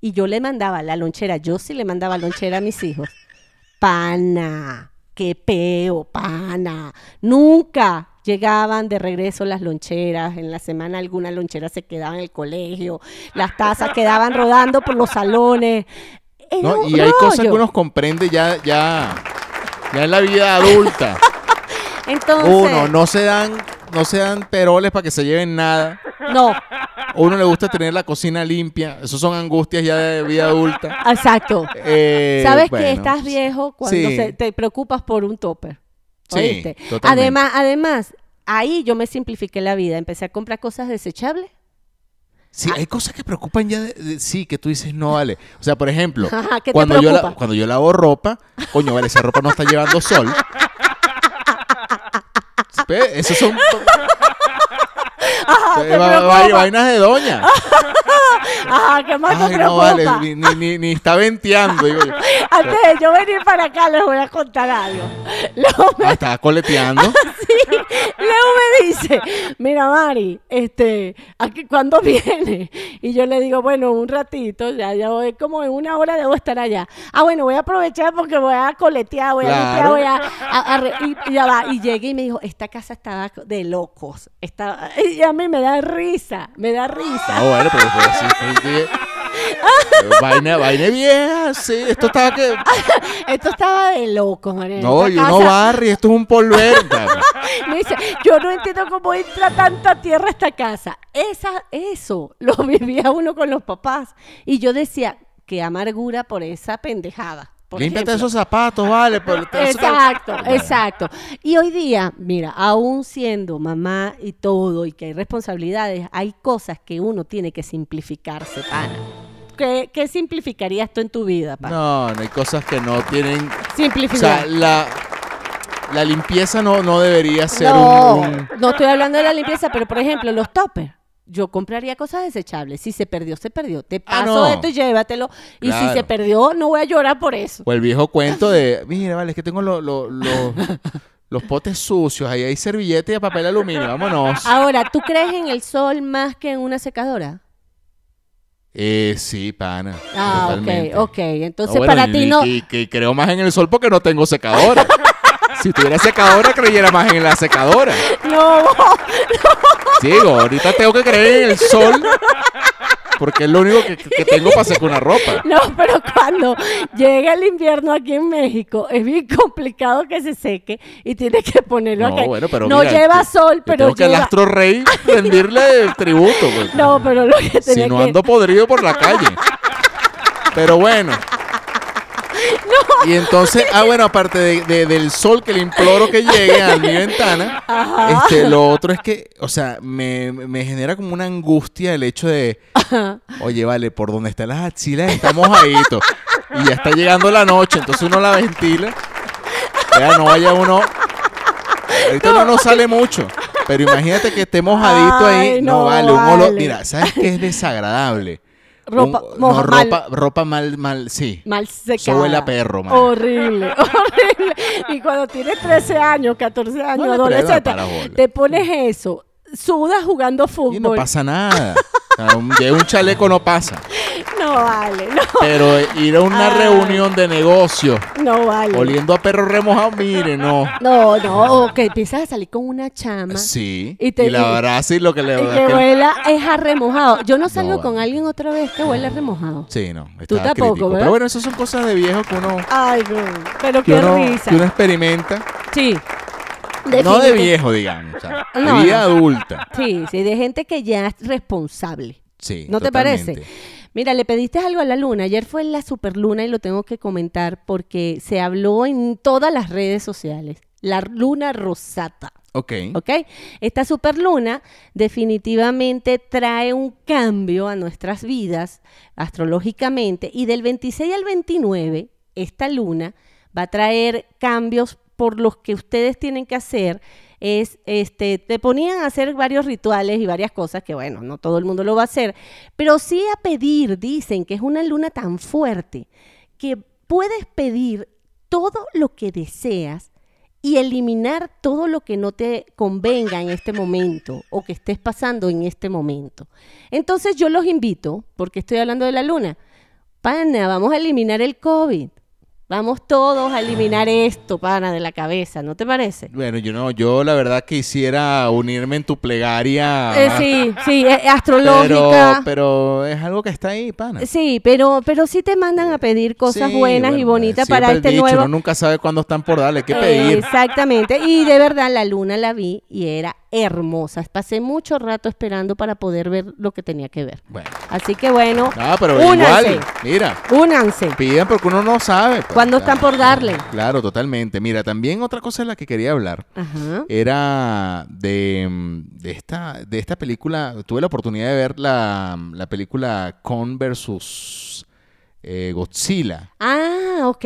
S2: y yo le mandaba la lonchera, yo sí le mandaba lonchera a mis hijos, pana, qué peo, pana. Nunca llegaban de regreso las loncheras. En la semana alguna lonchera se quedaba en el colegio. Las tazas quedaban rodando por los salones. Era
S1: ¿no?
S2: un
S1: Y hay cosas que
S2: rollo.
S1: uno comprende ya, ya, ya en la vida
S2: [LAUGHS]
S1: adulta.
S2: Entonces,
S1: Uno, no se dan, no se dan peroles para que se lleven nada.
S2: no,
S1: A uno le gusta tener la cocina limpia. Eso son angustias ya de vida adulta.
S2: exacto.
S1: Eh,
S2: Sabes
S1: bueno,
S2: que estás viejo cuando
S1: sí.
S2: se- te preocupas por un topper.
S1: Sí,
S2: ¿oíste?
S1: totalmente.
S2: además, además, ahí yo me simplifiqué la vida. Empecé a comprar cosas desechables.
S3: Ah.
S1: Sí, hay cosas que preocupan ya de, de- sí, que tú dices, no vale. O sea, por ejemplo,
S2: [LAUGHS] Ajá, ¿qué te
S1: cuando, yo la-
S2: preocupa?
S1: cuando yo lavo ropa, coño, vale, esa ropa no está llevando
S2: [LAUGHS]
S1: sol. Ve, Esos
S2: [LAUGHS]
S1: son
S2: te
S1: va- va-
S2: preocupa.
S1: vainas de doña.
S2: [LAUGHS] Ajá, qué más te
S1: Ay, no
S2: preocupa.
S1: vale, ni, ni- ni- ni está venteando. digo yo.
S2: Antes de yo venir para acá, les voy a contar algo. Leo me,
S1: Ah, está coleteando.
S2: [LAUGHS] Leo me dice, mira Mari, este, aquí, ¿cuándo viene? Y yo le digo, bueno, un ratito, ya, ya voy, como en una hora debo estar allá. Ah, bueno, voy a aprovechar porque voy a coletear, voy a limpiar,
S1: Claro.
S2: voy a... a- a re- y, y ya va, y llegué y me dijo, esta casa estaba de locos. Estaba, [LAUGHS] y a mí me da risa, me da risa.
S1: No, Ah, bueno, pero pues, fue así. fue un día- Vaina, vaina vieja, sí. Esto estaba que.
S2: [LAUGHS] Esto estaba de locos, María.
S1: No, y
S2: esta
S1: uno
S2: casa-
S1: barri, esto es un polvero.
S2: [LAUGHS]
S1: cabrón.
S2: Me dice, yo no entiendo cómo entra tanta tierra a esta casa. Esa, eso lo [LAUGHS] vivía uno con los papás. Y yo decía, qué amargura por esa pendejada. por
S1: Límpiate
S2: ejemplo.
S1: esos zapatos, vale. por-
S2: Exacto, exacto. Y hoy día, mira, aún siendo mamá y todo, y que hay responsabilidades, hay cosas que uno tiene que simplificarse, pana. ¿Qué, qué simplificarías tú en tu vida, pana?
S1: No, no hay cosas que no tienen. O sea,
S2: Simplificar.
S1: la, la limpieza no, no debería ser
S2: no,
S1: un. un-
S2: no estoy hablando de la limpieza, pero por ejemplo, los toppers. Yo compraría cosas desechables. Si se perdió, se perdió. Te
S1: Ah,
S2: paso
S1: no.
S2: esto y llévatelo. Y
S1: Claro.
S2: si se perdió, no voy a llorar por eso.
S1: O el viejo cuento de. Mira, vale, es que tengo lo- lo-
S2: [LAUGHS]
S1: lo- los potes sucios. Ahí hay servilletes y de papel
S2: Ah.
S1: aluminio. Vámonos.
S2: Ahora, ¿tú crees en el sol más que en una secadora?
S1: Eh, sí, pana.
S2: Ah,
S1: totalmente.
S2: ok, ok. Entonces
S1: Ah, bueno,
S2: para
S1: y-
S2: ti no...
S1: Y que creo más en el sol porque no tengo
S2: [LAUGHS]
S1: secadora. si tuviera secadora, creyera más en la secadora.
S2: No, [LAUGHS]
S1: Sigo, ahorita tengo que creer en el sol. Porque es lo único que, que tengo para secar una ropa.
S2: No, pero cuando llega el invierno aquí en México, es bien complicado que se seque y tienes que ponerlo
S1: No,
S2: acá.
S1: bueno, pero
S2: no
S1: mira,
S2: lleva
S1: te-
S2: sol,
S1: te
S2: pero
S1: tengo que
S2: lleva...
S1: al astro rey rendirle el tributo. güey.
S2: [LAUGHS] No, pero lo que tenía
S1: si no
S2: que...
S1: ando podrido por la calle. Pero
S2: [LAUGHS]
S1: bueno. Y entonces, ah, bueno, aparte de- de- del sol que le imploro que llegue a mi ventana, este, lo otro es que, o sea, me, me genera como una angustia el hecho de, oye, vale, por donde están las axilas está mojadito. Y ya está llegando la noche, entonces uno la ventila. Ya no vaya
S2: [LAUGHS]
S1: uno. Ahorita uno no sale mucho. Pero imagínate que esté mojadito
S2: Ay,
S1: ahí. No,
S2: no
S1: vale, un olor.
S2: vale.
S1: Mira, ¿sabes qué es desagradable?
S2: Ropa
S1: Un-
S2: moja-
S1: no,
S2: mal-
S1: ropa, ropa mal, mal, sí.
S2: Mal
S1: Eso
S2: secada.
S1: huele a perro, man.
S2: Horrible, [LAUGHS] horrible. Y cuando tienes 13 años, 14 años,
S1: No le prenda
S2: adolescente,
S1: para bola.
S2: te pones eso, sudas jugando fútbol.
S1: Y no pasa nada. O sea, un, de un chaleco no pasa.
S2: No vale, no,
S1: Pero ir a una
S2: Ay.
S1: reunión de negocio
S2: no vale.
S1: oliendo a perro remojado, mire, no.
S2: No, no, o que empiezas a salir con una chama.
S1: Sí.
S2: Y
S1: Y,
S2: te-
S1: la abraza y lo que le
S2: Y que huela es a remojado. Yo no salgo
S1: No,
S2: con
S1: vale.
S2: alguien otra vez que huele a remojado.
S1: Sí, no.
S2: Tú
S1: estaba
S2: tampoco,
S1: crítico.
S2: ¿verdad?
S1: Pero bueno, esas son cosas de viejo que uno,
S2: Ay, no. Pero
S1: que
S2: qué
S1: uno,
S2: risa.
S1: que uno experimenta.
S2: Sí.
S1: No de
S2: Definitivamente.
S1: viejo, digamos. o sea, de
S2: [LAUGHS] No,
S1: vida
S2: no.
S1: adulta.
S2: Sí, sí, de gente que ya es responsable.
S1: Sí.
S2: ¿No te
S1: totalmente.
S2: parece? Mira, le pediste algo a la luna. Ayer fue la superluna y lo tengo que comentar porque se habló en todas las redes sociales. La luna rosata.
S1: Ok.
S2: ¿Ok? Esta superluna definitivamente trae un cambio a nuestras vidas astrológicamente y del 26 al 29 esta luna va a traer cambios por los que ustedes tienen que hacer es este te ponían a hacer varios rituales y varias cosas que bueno, no todo el mundo lo va a hacer, pero sí a pedir, dicen que es una luna tan fuerte que puedes pedir todo lo que deseas y eliminar todo lo que no te convenga en este momento o que estés pasando en este momento. Entonces yo los invito, porque estoy hablando de la luna, pana, vamos a eliminar el COVID. Vamos todos a
S1: Ah.
S2: eliminar esto, pana, de la cabeza, ¿no te parece?
S1: Bueno, yo no, yo la verdad quisiera unirme en tu plegaria.
S2: Eh, sí, sí, eh,
S1: Ah. pero,
S2: astrológica.
S1: pero es algo que está ahí, pana.
S2: sí, pero, pero sí te mandan a pedir cosas
S1: Sí,
S2: buenas y
S1: bueno, eh,
S2: bonitas
S1: siempre
S2: para
S1: el
S2: este
S1: dicho,
S2: nuevo.
S1: Uno nunca sabe cuándo están por darle, hay que pedir.
S2: Eh, Exactamente. Y de verdad, la luna la vi y era hermosa. Pasé mucho rato esperando para poder ver lo que tenía que ver.
S1: Bueno,
S2: Así que bueno,
S1: no, pero
S2: únanse.
S1: igual, mira,
S2: Únanse.
S1: pidan porque uno no sabe. pues,
S2: ¿Cuándo están por darle?
S1: Claro, totalmente. Mira, también otra cosa de la que quería hablar
S2: Ajá.
S1: era de, mm, de esta, de esta película. Tuve la oportunidad de ver la, mm, la película Con versus eh, Godzilla.
S2: Ah, ok.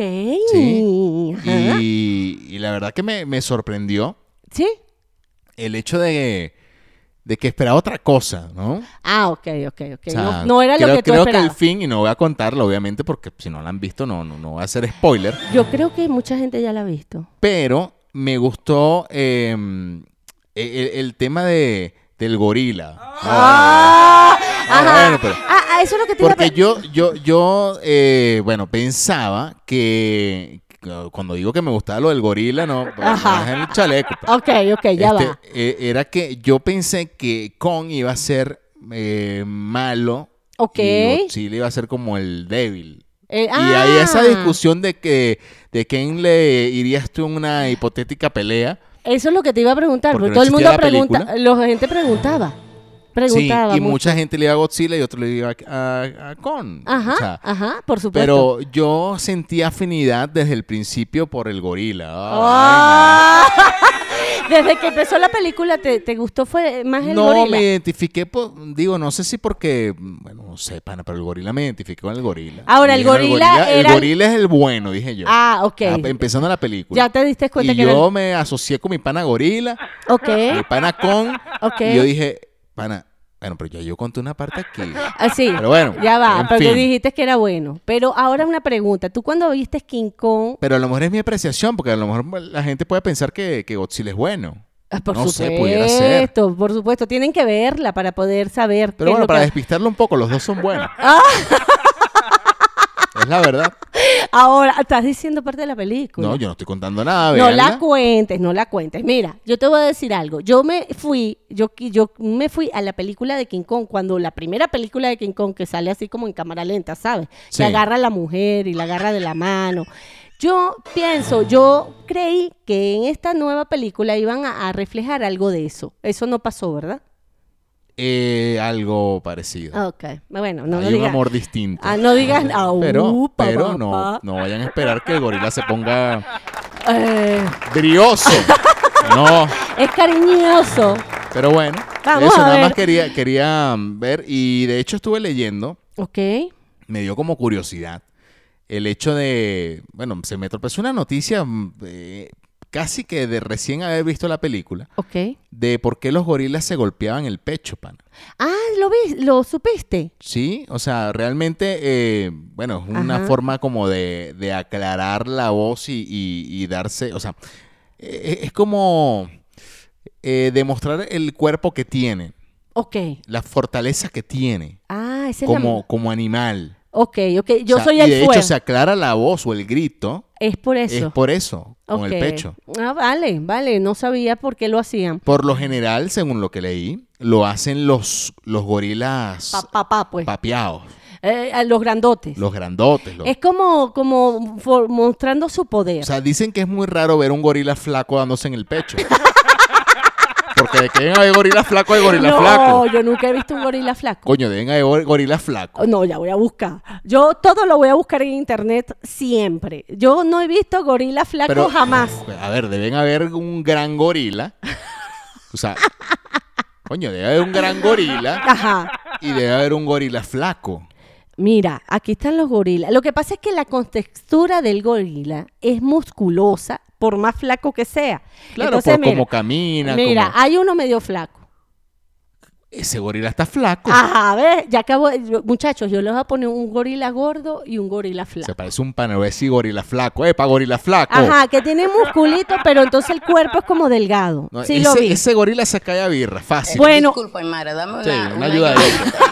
S1: Sí.
S2: Ajá.
S1: Y, y la verdad que me, me sorprendió
S2: ¿Sí?
S1: el hecho de, de que esperaba otra cosa, ¿no?
S2: Ah, ok, ok, ok.
S1: O sea,
S2: no, no era
S1: creo-
S2: lo que tú
S1: Creo que
S2: esperabas.
S1: el fin, y no voy a contarlo, obviamente, porque si no la han visto, no, no, no voy a hacer spoiler.
S2: Yo creo que mucha gente ya la ha visto.
S1: Pero me gustó eh, el, el tema de, del gorila.
S2: Ah,
S1: Ah,
S2: ajá.
S1: bueno, pero-
S2: Ah, ah, eso es lo que te iba a
S1: Porque
S2: pre-
S1: yo, yo, yo, eh, bueno, pensaba que que cuando digo que me gustaba lo del gorila, no, no
S2: Ajá.
S1: es el chaleco. pues.
S2: Ok, ok, ya
S1: Este,
S2: va.
S1: eh, era que yo pensé que Kong iba a ser eh, malo.
S2: Ok.
S1: Y Godzilla iba a ser como el débil.
S2: Eh,
S1: Y hay esa
S2: ah,
S1: discusión de que de quién le irías tú en una hipotética pelea.
S2: Eso es lo que te iba a preguntar,
S1: Porque no
S2: porque todo el mundo
S1: existía la
S2: pregunta,
S1: película.
S2: la gente preguntaba.
S1: Sí,
S2: Preguntaba
S1: y
S2: mucho.
S1: mucha gente le iba a Godzilla y otro le iba a, a Kong.
S2: Ajá,
S1: O sea,
S2: ajá, por supuesto.
S1: pero yo sentí afinidad desde el principio por el gorila. Ah,
S2: Ah. Oh. [LAUGHS] Desde que empezó la película, ¿te, te gustó fue más el
S1: no,
S2: gorila?
S1: me identifiqué, po- digo, no sé si porque, bueno, no sé, pana, pero el gorila me identifiqué con el gorila.
S2: Ahora, el
S1: Dije, no,
S2: gorila era
S1: El
S2: el-
S1: gorila es el bueno, dije yo.
S2: Ah, ok.
S1: Ah, Empezando la película.
S2: ya te diste cuenta
S1: y
S2: que
S1: yo me asocié con mi pana gorila,
S2: era... Ok,
S1: mi pana con,
S2: ok.
S1: y yo dije, pana, bueno, pero ya yo conté una parte aquí.
S2: Así.
S1: Pero bueno,
S2: ya va,
S1: en
S2: porque
S1: fin.
S2: dijiste que era bueno. Pero ahora una pregunta. ¿Tú cuando viste King Kong?
S1: Pero a lo mejor es mi apreciación, porque a lo mejor la gente puede pensar que, que Godzilla es bueno.
S2: Ah, Por
S1: No sé, pudiera ser.
S2: supuesto, por supuesto. Tienen que verla para poder saber. qué
S1: Pero
S2: es
S1: bueno,
S2: lo
S1: para
S2: que- Ah.
S1: despistarlo un poco, los dos son
S2: [LAUGHS]
S1: buenos. [LAUGHS] es la verdad.
S2: Ahora, estás diciendo parte de la película.
S1: No, yo no estoy contando nada.
S2: No
S1: véanla.
S2: la cuentes, no la cuentes. Mira, yo te voy a decir algo. Yo me fui, yo, qui- yo me fui a la película de King Kong, cuando la primera película de King Kong que sale así como en cámara lenta, ¿sabes?
S1: Sí.
S2: Que agarra a la mujer y la agarra de la mano. Yo pienso, yo creí que en esta nueva película iban a, a reflejar algo de eso. Eso no pasó, ¿verdad?
S1: Eh, algo parecido.
S2: Ok. Bueno, Ah, no lo
S1: Hay un
S2: digas.
S1: amor distinto.
S2: Ah, no Uh, digas.
S1: [LAUGHS]
S2: "Au,
S1: pero pero no,
S2: papá".
S1: no vayan a esperar que el gorila se ponga
S2: Eh, [LAUGHS]
S1: brioso. No,
S2: es cariñoso.
S1: pero bueno.
S2: Vamos
S1: eso
S2: a
S1: nada
S2: ver.
S1: más quería, quería um, ver. Y de hecho estuve leyendo
S2: Ok.
S1: me dio como curiosidad el hecho de, bueno, se me tropezó una noticia mm, eh, casi que de recién haber visto la película
S2: Ok.
S1: de por qué los gorilas se golpeaban el pecho, pana.
S2: Ah, lo ves, lo supiste.
S1: Sí, o sea, realmente, eh, bueno, es una
S2: Ajá.
S1: forma como de, de aclarar la voz y, y- y darse, o sea, eh, es como eh, demostrar el cuerpo que tiene,
S2: Ok.
S1: la fortaleza que tiene
S2: Ah, ese es
S1: como,
S2: la...
S1: como animal.
S2: Ok, ok. Yo
S1: O sea,
S2: soy
S1: y
S2: el
S1: de
S2: fuego.
S1: hecho se aclara la voz o el grito
S2: es por eso.
S1: es por eso con
S2: Ok.
S1: el pecho
S2: Ah, vale, vale. No sabía por qué lo hacían.
S1: por lo general según lo que leí lo hacen los los gorilas
S2: Pa, pa, pa, pues.
S1: papeados
S2: Eh, a los grandotes.
S1: los grandotes los-
S2: Es como, como for- mostrando su poder.
S1: o sea dicen que es muy raro ver un gorila flaco dándose en el pecho [LAUGHS] porque de que deben haber gorilas flacos hay gorilas
S2: no,
S1: flacos
S2: yo nunca he visto un gorila flaco. Oh,
S1: coño deben haber gor- gorilas flacos
S2: No, ya voy a buscar. Yo todo lo voy a buscar en internet siempre. Yo no he visto gorila flaco
S1: pero
S2: jamás.
S1: a ver deben haber un gran gorila o sea coño debe haber un gran gorila
S2: Ajá.
S1: y debe haber un gorila flaco
S2: Mira, aquí están los gorilas. Lo que pasa es que la contextura del gorila es musculosa, por más flaco que sea.
S1: Claro,
S2: Entonces,
S1: por
S2: mira,
S1: cómo camina.
S2: Mira, ah,
S1: cómo-
S2: hay uno medio flaco.
S1: Ese gorila está flaco.
S2: Ajá, ver, Ya acabo. yo- Muchachos, yo les voy a poner un gorila gordo y un gorila
S1: Se
S2: flaco.
S1: parece un panavesi gorila flaco. ¡Epa, gorila flaco!
S2: Ajá, que tiene musculito, pero entonces el cuerpo es como delgado.
S1: No,
S2: sí,
S1: ese,
S2: lo vi.
S1: ese gorila se cae a birra, fácil.
S2: Bueno,
S5: Disculpa, Aymara, dame una,
S1: Sí, una ayuda de otro.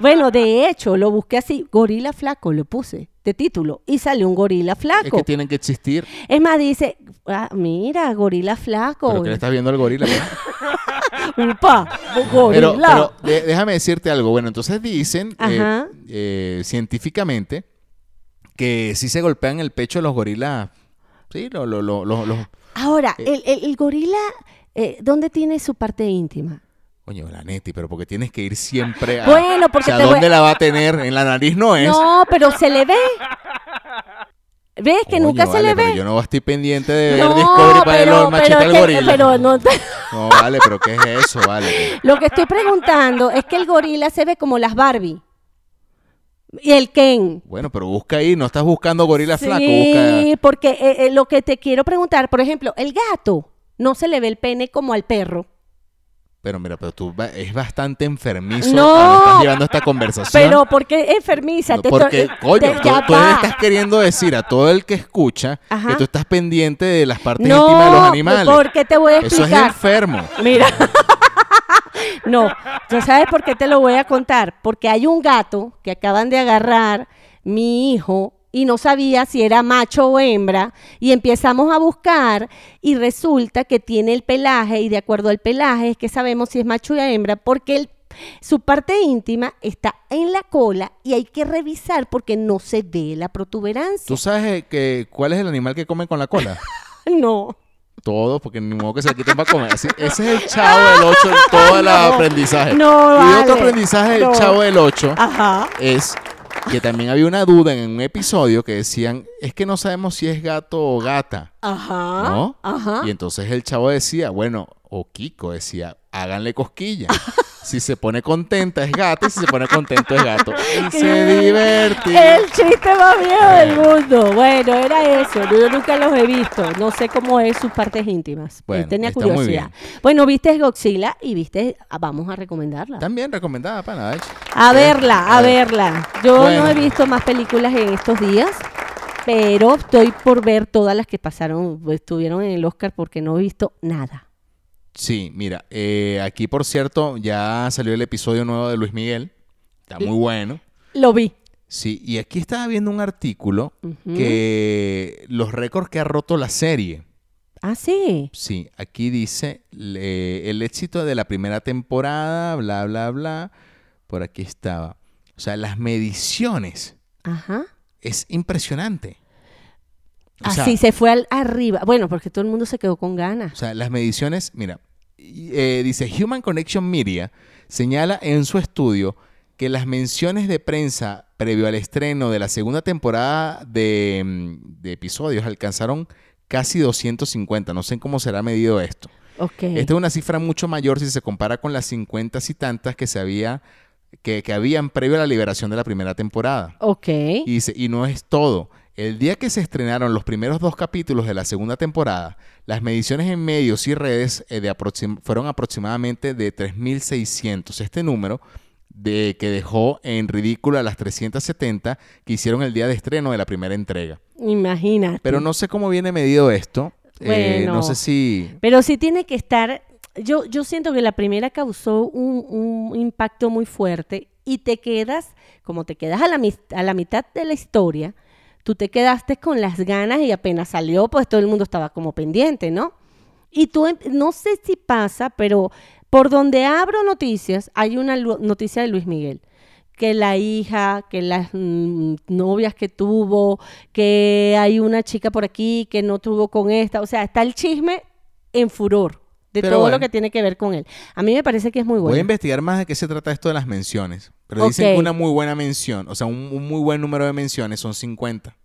S2: bueno, de hecho, lo busqué así, gorila flaco, lo puse de título y salió un gorila
S1: Es
S2: flaco.
S1: que
S2: Es,
S1: tienen que existir.
S2: más, dice, ah, mira, gorila flaco.
S1: Pero que le estás viendo al gorila.
S2: [LAUGHS]
S1: ¿no?
S2: Upa,
S1: pero
S2: gorila.
S1: pero de- déjame decirte algo. Bueno, entonces dicen eh,
S2: Ajá.
S1: eh, científicamente que si se golpean el pecho los gorilas. Sí, lo- lo- lo- lo- los.
S2: Ahora, el, el- el gorila, eh, ¿dónde tiene su parte íntima?
S1: Coño, la neti, pero porque tienes que ir siempre a.
S2: Bueno, porque
S1: o sea,
S2: te voy-
S1: ¿dónde la va a tener? En la nariz no es.
S2: No, pero se le ve. ¿Ves que
S1: Coño,
S2: nunca se
S1: vale,
S2: le
S1: pero
S2: ve?
S1: Yo no estoy pendiente de ver
S2: No,
S1: Discovery para ver los
S2: pero,
S1: machetes al
S2: es que-
S1: gorila.
S2: pero no [LAUGHS] te-
S1: No, vale, pero ¿qué es eso? Vale.
S2: lo que estoy preguntando es que el gorila se ve como las Barbie y el Ken.
S1: Bueno, pero busca ahí, no estás buscando gorila flaco,
S2: sí,
S1: busca.
S2: porque eh, eh, lo que te quiero preguntar, por ejemplo, el gato no se le ve el pene como al perro.
S1: Pero mira, pero tú va- es bastante enfermizo
S2: No.
S1: cuando estás llevando esta conversación.
S2: Pero porque enfermiza, te
S1: porque,
S2: estoy-
S1: coño,
S2: te-
S1: tú,
S2: ya
S1: tú le
S2: va.
S1: estás queriendo decir a todo el que escucha que
S2: Ajá.
S1: tú estás pendiente de las partes íntimas de los animales.
S2: porque te voy a
S1: Eso es
S2: explicar.
S1: enfermo.
S2: Mira. [LAUGHS] no, ¿tú sabes por qué te lo voy a contar? Porque hay un gato que acaban de agarrar mi hijo y no sabía si era macho o hembra y empezamos a buscar y resulta que tiene el pelaje y de acuerdo al pelaje es que sabemos si es macho o hembra porque el- su parte íntima está en la cola y hay que revisar porque no se ve la protuberancia.
S1: ¿Tú sabes eh, que, cuál es el animal que come con la cola?
S2: [LAUGHS] No.
S1: Todos, porque ni modo que se quiten para comer. Así, ese es el chavo del 8 en todo el
S2: No,
S1: aprendizaje.
S2: no,
S1: y otro
S2: vale,
S1: aprendizaje del
S2: no. Ah.
S1: chavo del 8
S2: Ajá.
S1: es que también había una duda en un episodio que decían, es que no sabemos si es gato o gata,
S2: Ajá.
S1: ¿no?
S2: Ajá.
S1: Y entonces el chavo decía, bueno, o Kiko decía, háganle
S2: [LAUGHS]
S1: cosquilla. Si se pone contenta es gata y si se pone contento es gato.
S2: [LAUGHS]
S1: Y se divierte.
S2: El chiste más viejo
S1: Eh.
S2: del mundo. Bueno, era eso. Yo nunca los he visto. No sé cómo es sus partes íntimas. eh,
S1: Bueno,
S2: Tenía
S1: está muy
S2: curiosidad. Bueno, viste Godzilla y viste. ah, Vamos a recomendarla.
S1: También recomendada para nada.
S2: A verla, a verla. Yo
S1: Bueno.
S2: no he visto más películas en estos días, pero estoy por ver todas las que pasaron, estuvieron en el Oscar porque no he visto nada.
S1: Sí, mira, eh, aquí por cierto ya salió el episodio nuevo de Luis Miguel. Está muy bueno.
S2: Lo vi.
S1: Sí, y aquí estaba viendo un artículo que los récords que ha roto la serie.
S2: Ah, sí.
S1: Sí, aquí dice le- el éxito de la primera temporada, bla, bla, bla. Por aquí estaba. O sea, las mediciones.
S2: Ajá.
S1: Es impresionante. O sea,
S2: Así se fue al arriba. Bueno, porque todo el mundo se quedó con ganas.
S1: O sea, las mediciones, mira, y, eh, dice Human Connection Media señala en su estudio que las menciones de prensa previo al estreno de la segunda temporada de, mm, de episodios alcanzaron casi 250. No sé cómo será medido esto.
S2: Ok.
S1: Esta es una cifra mucho mayor si se compara con las 50 y tantas que se había que, que habían previo a la liberación de la primera temporada.
S2: Ok.
S1: Y dice, y no es todo. El día que se estrenaron los primeros dos capítulos de la segunda temporada, las mediciones en medios y redes eh, de aproxim- fueron aproximadamente de 3.600. Este número de que dejó en ridículo a las 370 que hicieron el día de estreno de la primera entrega.
S2: Imagínate.
S1: Pero no sé cómo viene medido esto. Eh, no
S2: Bueno.
S1: sé si...
S2: Pero sí tiene que estar. Yo, yo siento que la primera causó un, un impacto muy fuerte y te quedas, como te quedas a la, mis- a la mitad de la historia, tú te quedaste con las ganas y apenas salió, pues todo el mundo estaba como pendiente, ¿no? Y tú, em- no sé si pasa, pero por donde abro noticias, hay una lu- noticia de Luis Miguel. Que la hija, que las mm, novias que tuvo, que hay una chica por aquí que no tuvo con esta. O sea, está el chisme en furor de
S1: Pero
S2: todo
S1: bueno.
S2: lo que tiene que ver con él. A mí me parece que es muy
S1: Voy a
S2: bueno.
S1: investigar más de qué se trata esto de las menciones. Pero dicen
S2: Ok.
S1: que una muy buena mención, o sea, un, un muy buen número de menciones son 50.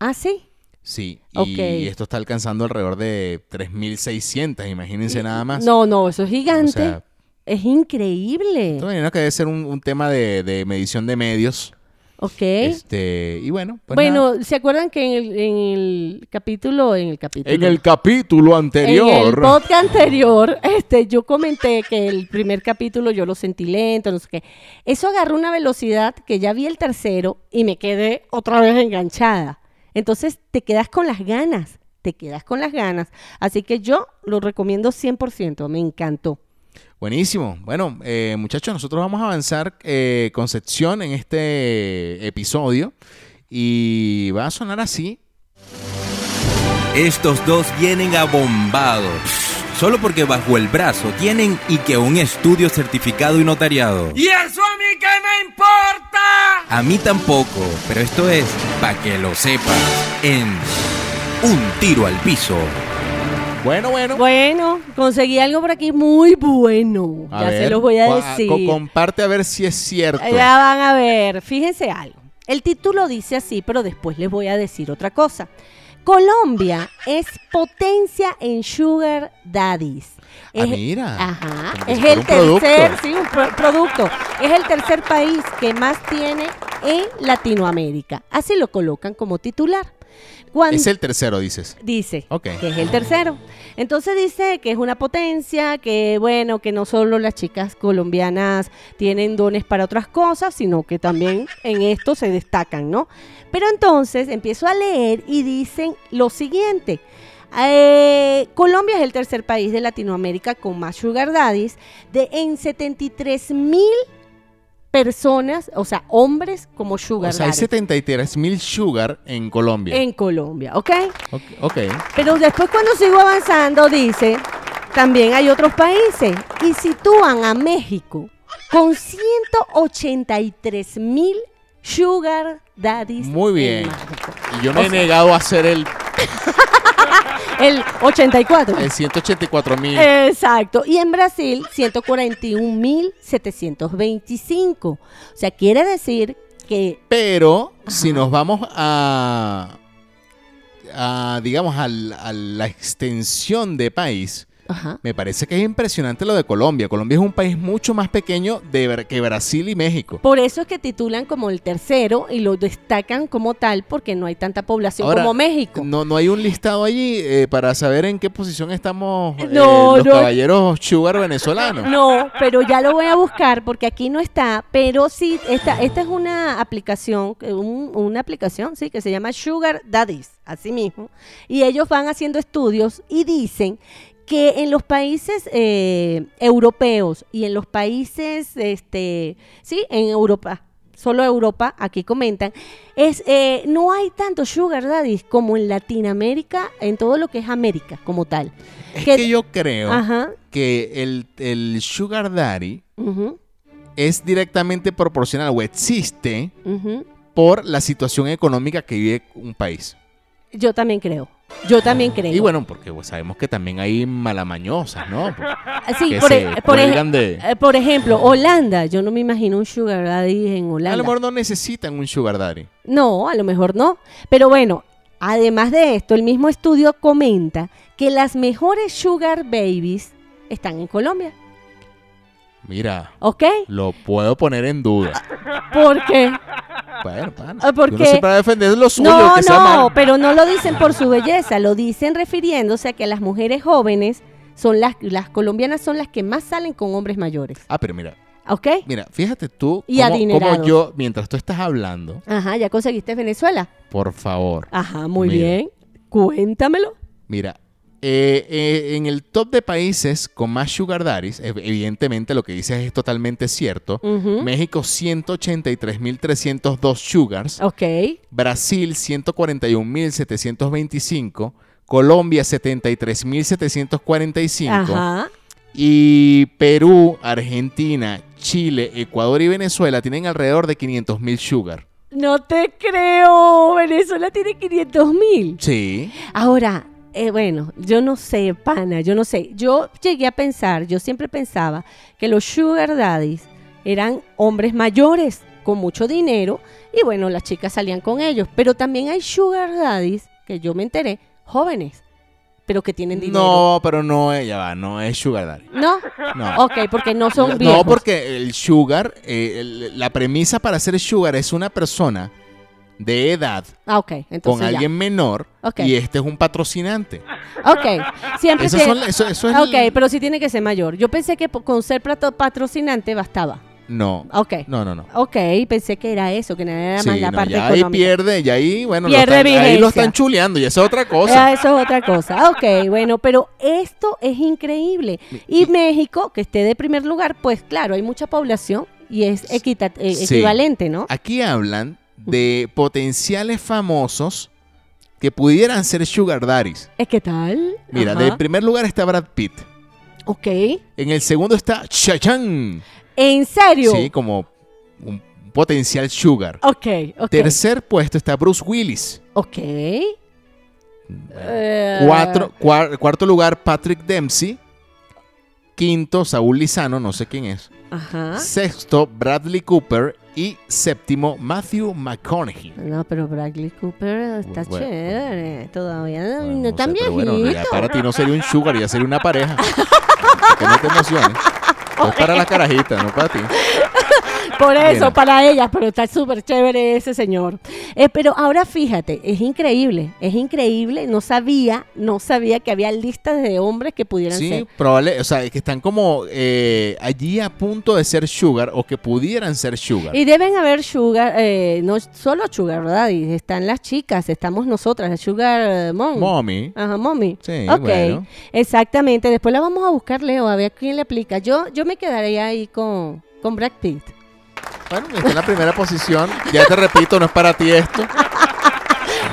S2: Ah, sí.
S1: Sí, y
S2: Ok.
S1: esto está alcanzando alrededor de 3.600, imagínense nada más.
S2: Mm, No, no, eso es gigante.
S1: O sea-
S2: es increíble.
S1: Esto me imagino que debe ser un, un tema de, de medición de medios.
S2: Ok.
S1: Este, y bueno, pues nada.
S2: bueno, ¿se acuerdan que en el, en el capítulo, en el capítulo,
S1: En el capítulo
S2: En el
S1: anterior,
S2: podcast anterior, este, yo comenté que el primer capítulo yo lo sentí lento, no sé qué. Eso agarró una velocidad que ya vi el tercero y me quedé otra vez enganchada. Entonces te quedas con las ganas, te quedas con las ganas. Así que yo lo recomiendo 100%, me encantó.
S1: buenísimo. Bueno, eh, muchachos, nosotros vamos a avanzar eh, con sección en este episodio y va a sonar así.
S5: Estos dos vienen abombados. Solo porque bajo el brazo tienen y que un estudio certificado y notariado.
S3: ¿Y eso a mí qué me importa?
S5: A mí tampoco, pero esto es para que lo sepas. En Un tiro al piso.
S1: Bueno, bueno.
S2: Bueno, conseguí algo por aquí muy bueno.
S1: A
S2: ya se
S1: ver,
S2: los voy a
S1: cua-
S2: decir.
S1: co- comparte a ver si es cierto.
S2: Ya van a ver, fíjense algo. El título dice así, pero después les voy a decir otra cosa. Colombia es potencia en sugar daddies.
S1: Ah,
S2: Es-
S1: mira.
S2: Ajá.
S1: Como que
S2: Es
S1: si fuera
S2: el
S1: un
S2: tercer,
S1: producto.
S2: sí, un pro- producto. Es el tercer país que más tiene en Latinoamérica. Así lo colocan como titular. Cuando-
S1: Es el tercero, dices.
S2: dice
S1: Ok.
S2: que es el tercero. Entonces dice que es una potencia, que bueno, que no solo las chicas colombianas tienen dones para otras cosas, sino que también en esto se destacan, ¿no? Pero entonces empiezo a leer y dicen lo siguiente. Eh, Colombia es el tercer país de Latinoamérica con más sugar daddies de en 73 mil personas, o sea, hombres como sugar
S1: O sea, hay
S2: daddies
S1: 73 mil sugar en Colombia.
S2: en Colombia, ¿ok?
S1: Ok. ok.
S2: Pero después cuando sigo avanzando dice, también hay otros países y sitúan a México con 183 mil sugar daddies.
S1: Muy bien.
S2: en México.
S1: Y yo me he negado a hacer el,
S2: El 84. [LAUGHS]
S1: el 184 mil.
S2: Eh. Exacto. Y en Brasil, 141.725. O sea, quiere decir que
S1: Pero si nos vamos a, a, digamos, al- a la extensión de país,
S2: ajá,
S1: me parece que es impresionante lo de Colombia. Colombia es un país mucho más pequeño de, Bra- que Brasil y México.
S2: por eso es que titulan como el tercero y lo destacan como tal porque no hay tanta población
S1: Ahora,
S2: como México.
S1: No, no hay un listado allí eh, para saber en qué posición estamos eh,
S2: No,
S1: los
S2: no.
S1: caballeros sugar venezolanos.
S2: No, pero ya lo voy a buscar porque aquí no está. Pero sí, esta, esta es una aplicación, eh, un- una aplicación, sí, que se llama Sugar Daddies, así mismo. Y ellos van haciendo estudios y dicen que en los países eh, europeos y en los países, este, sí, en Europa, solo Europa, aquí comentan, es eh, no hay tantos sugar daddies como en Latinoamérica, en todo lo que es América como tal.
S1: Es
S2: Que-
S1: que yo creo
S2: Ajá.
S1: que el, el Sugar Daddy
S2: ujú,
S1: es directamente proporcional o existe
S2: ujú.
S1: por la situación económica que vive un país.
S2: Yo también creo. Yo también creo.
S1: Y bueno, porque pues, sabemos que también hay malamañosas,
S2: [LAUGHS]
S1: ¿no?
S2: Sí,
S1: que
S2: por,
S1: se
S2: e- por e-
S1: cuelgan de-
S2: eh, por ejemplo, Holanda. Yo no me imagino un sugar daddy en Holanda.
S1: A lo mejor no necesitan un Sugar Daddy.
S2: No, a lo mejor no. Pero bueno, además de esto, el mismo estudio comenta que las mejores sugar babies están en Colombia,
S1: Mira,
S2: ¿ok?
S1: lo puedo poner en
S2: [LAUGHS]
S1: duda.
S2: Porque
S1: Bueno, pana,
S2: Ah, ¿por
S1: uno
S2: qué?
S1: siempre va a defender lo [LAUGHS] suyo,
S2: no,
S1: que sea
S2: no,
S1: malo.
S2: pero no lo dicen por su belleza, lo dicen refiriéndose a que las mujeres jóvenes son las las colombianas son las que más salen con hombres mayores,
S1: Ah, pero mira,
S2: ¿ok?
S1: mira, fíjate tú
S2: Y
S1: cómo, cómo
S2: adinerados.
S1: yo, mientras tú estás hablando,
S2: Ajá, ya conseguiste Venezuela.
S1: por favor,
S2: Ajá, muy
S1: Mira.
S2: bien. Cuéntamelo.
S1: Mira, eh, eh, en el top de países con más sugar daddies, ev- evidentemente lo que dices es totalmente cierto.
S2: Ujú.
S1: México 183.302 sugars,
S2: Ok.
S1: Brasil 141.725, Colombia 73.745
S2: Ajá.
S1: y Perú, Argentina, Chile, Ecuador y Venezuela tienen alrededor de 500.000 sugar.
S2: No te creo. Venezuela tiene 500 mil.
S1: Sí.
S2: Ahora, eh, bueno, yo no sé, pana, yo no sé. Yo llegué a pensar, yo siempre pensaba que los sugar daddies eran hombres mayores con mucho dinero y bueno, las chicas salían con ellos. Pero también hay sugar daddies, que yo me enteré, jóvenes, pero que tienen dinero.
S1: No, pero no, eh, ya va, no es sugar daddy.
S2: No.
S1: No.
S2: Ok, porque no son viejos.
S1: No, porque el sugar, eh, el- la premisa para ser sugar es una persona de edad
S2: Ah, ok, entonces
S1: con
S2: ya.
S1: alguien menor
S2: Ok.
S1: y este es un patrocinante.
S2: Ok, siempre
S1: Eso,
S2: que...
S1: son- eso- eso es...
S2: Ah, Ok,
S1: el-
S2: pero sí tiene que ser mayor. Yo pensé que po- con ser plato- patrocinante bastaba.
S1: No,
S2: Ok.
S1: no, no, no.
S2: Ok, pensé que era eso, que no era
S1: Sí,
S2: más la
S1: no,
S2: parte
S1: ya ahí
S2: económica.
S1: pierde, y ahí, bueno, lo
S2: Pierde
S1: están- ahí lo
S2: vigencia.
S1: están chuleando y esa es otra cosa.
S2: Ah, eso es otra cosa. Ok, bueno, pero esto es increíble. Y México, que esté de primer lugar, pues claro, hay mucha población y es equita- eh,
S1: Sí.
S2: equivalente, ¿no?
S1: Aquí hablan de potenciales famosos que pudieran ser sugar daddies.
S2: ¿Es que tal?
S1: Mira,
S2: Ajá.
S1: en primer lugar está Brad Pitt.
S2: Ok.
S1: En el segundo está Chayanne.
S2: ¿En serio?
S1: Sí, como un potencial sugar.
S2: Ok, ok.
S1: Tercer puesto está Bruce Willis.
S2: ok. Eh,
S1: Cuatro- cuar- cuarto lugar, Patrick Dempsey. Quinto, Saúl Lizano, no sé quién es.
S2: Eh, Ajá.
S1: Sexto, Bradley Cooper. Y séptimo, Matthew McConaughey.
S2: No, pero Bradley Cooper está
S1: Bu- bueno.
S2: chévere. Todavía no,
S1: Bueno,
S2: Mm, no
S1: sé,
S2: tan
S1: pero
S2: viejito.
S1: bueno, ya para ti no sería un sugar, ya sería una
S2: [LAUGHS]
S1: pareja. que no te emociones. Esto es para la carajita, no para ti.
S2: Por eso,
S1: Mira.
S2: para ellas, pero está súper chévere ese señor. Eh, pero ahora fíjate, es increíble, es increíble. No sabía, no sabía que había listas de hombres que pudieran
S1: Sí,
S2: ser.
S1: probable, o sea, que están como eh, allí a punto de ser sugar o que pudieran ser sugar.
S2: Y deben haber sugar, eh, no solo sugar, ¿verdad? Y están las chicas, estamos nosotras, las sugar eh, mom.
S1: Mommy.
S2: Ajá, mommy.
S1: Sí,
S2: Ok,
S1: bueno.
S2: exactamente. Después la vamos a buscar, Leo, a ver a quién le aplica. Yo, yo me quedaría ahí con, con Brad Pitt.
S1: [LAUGHS] Bueno, está en la primera posición. Ya te repito, no es para ti esto.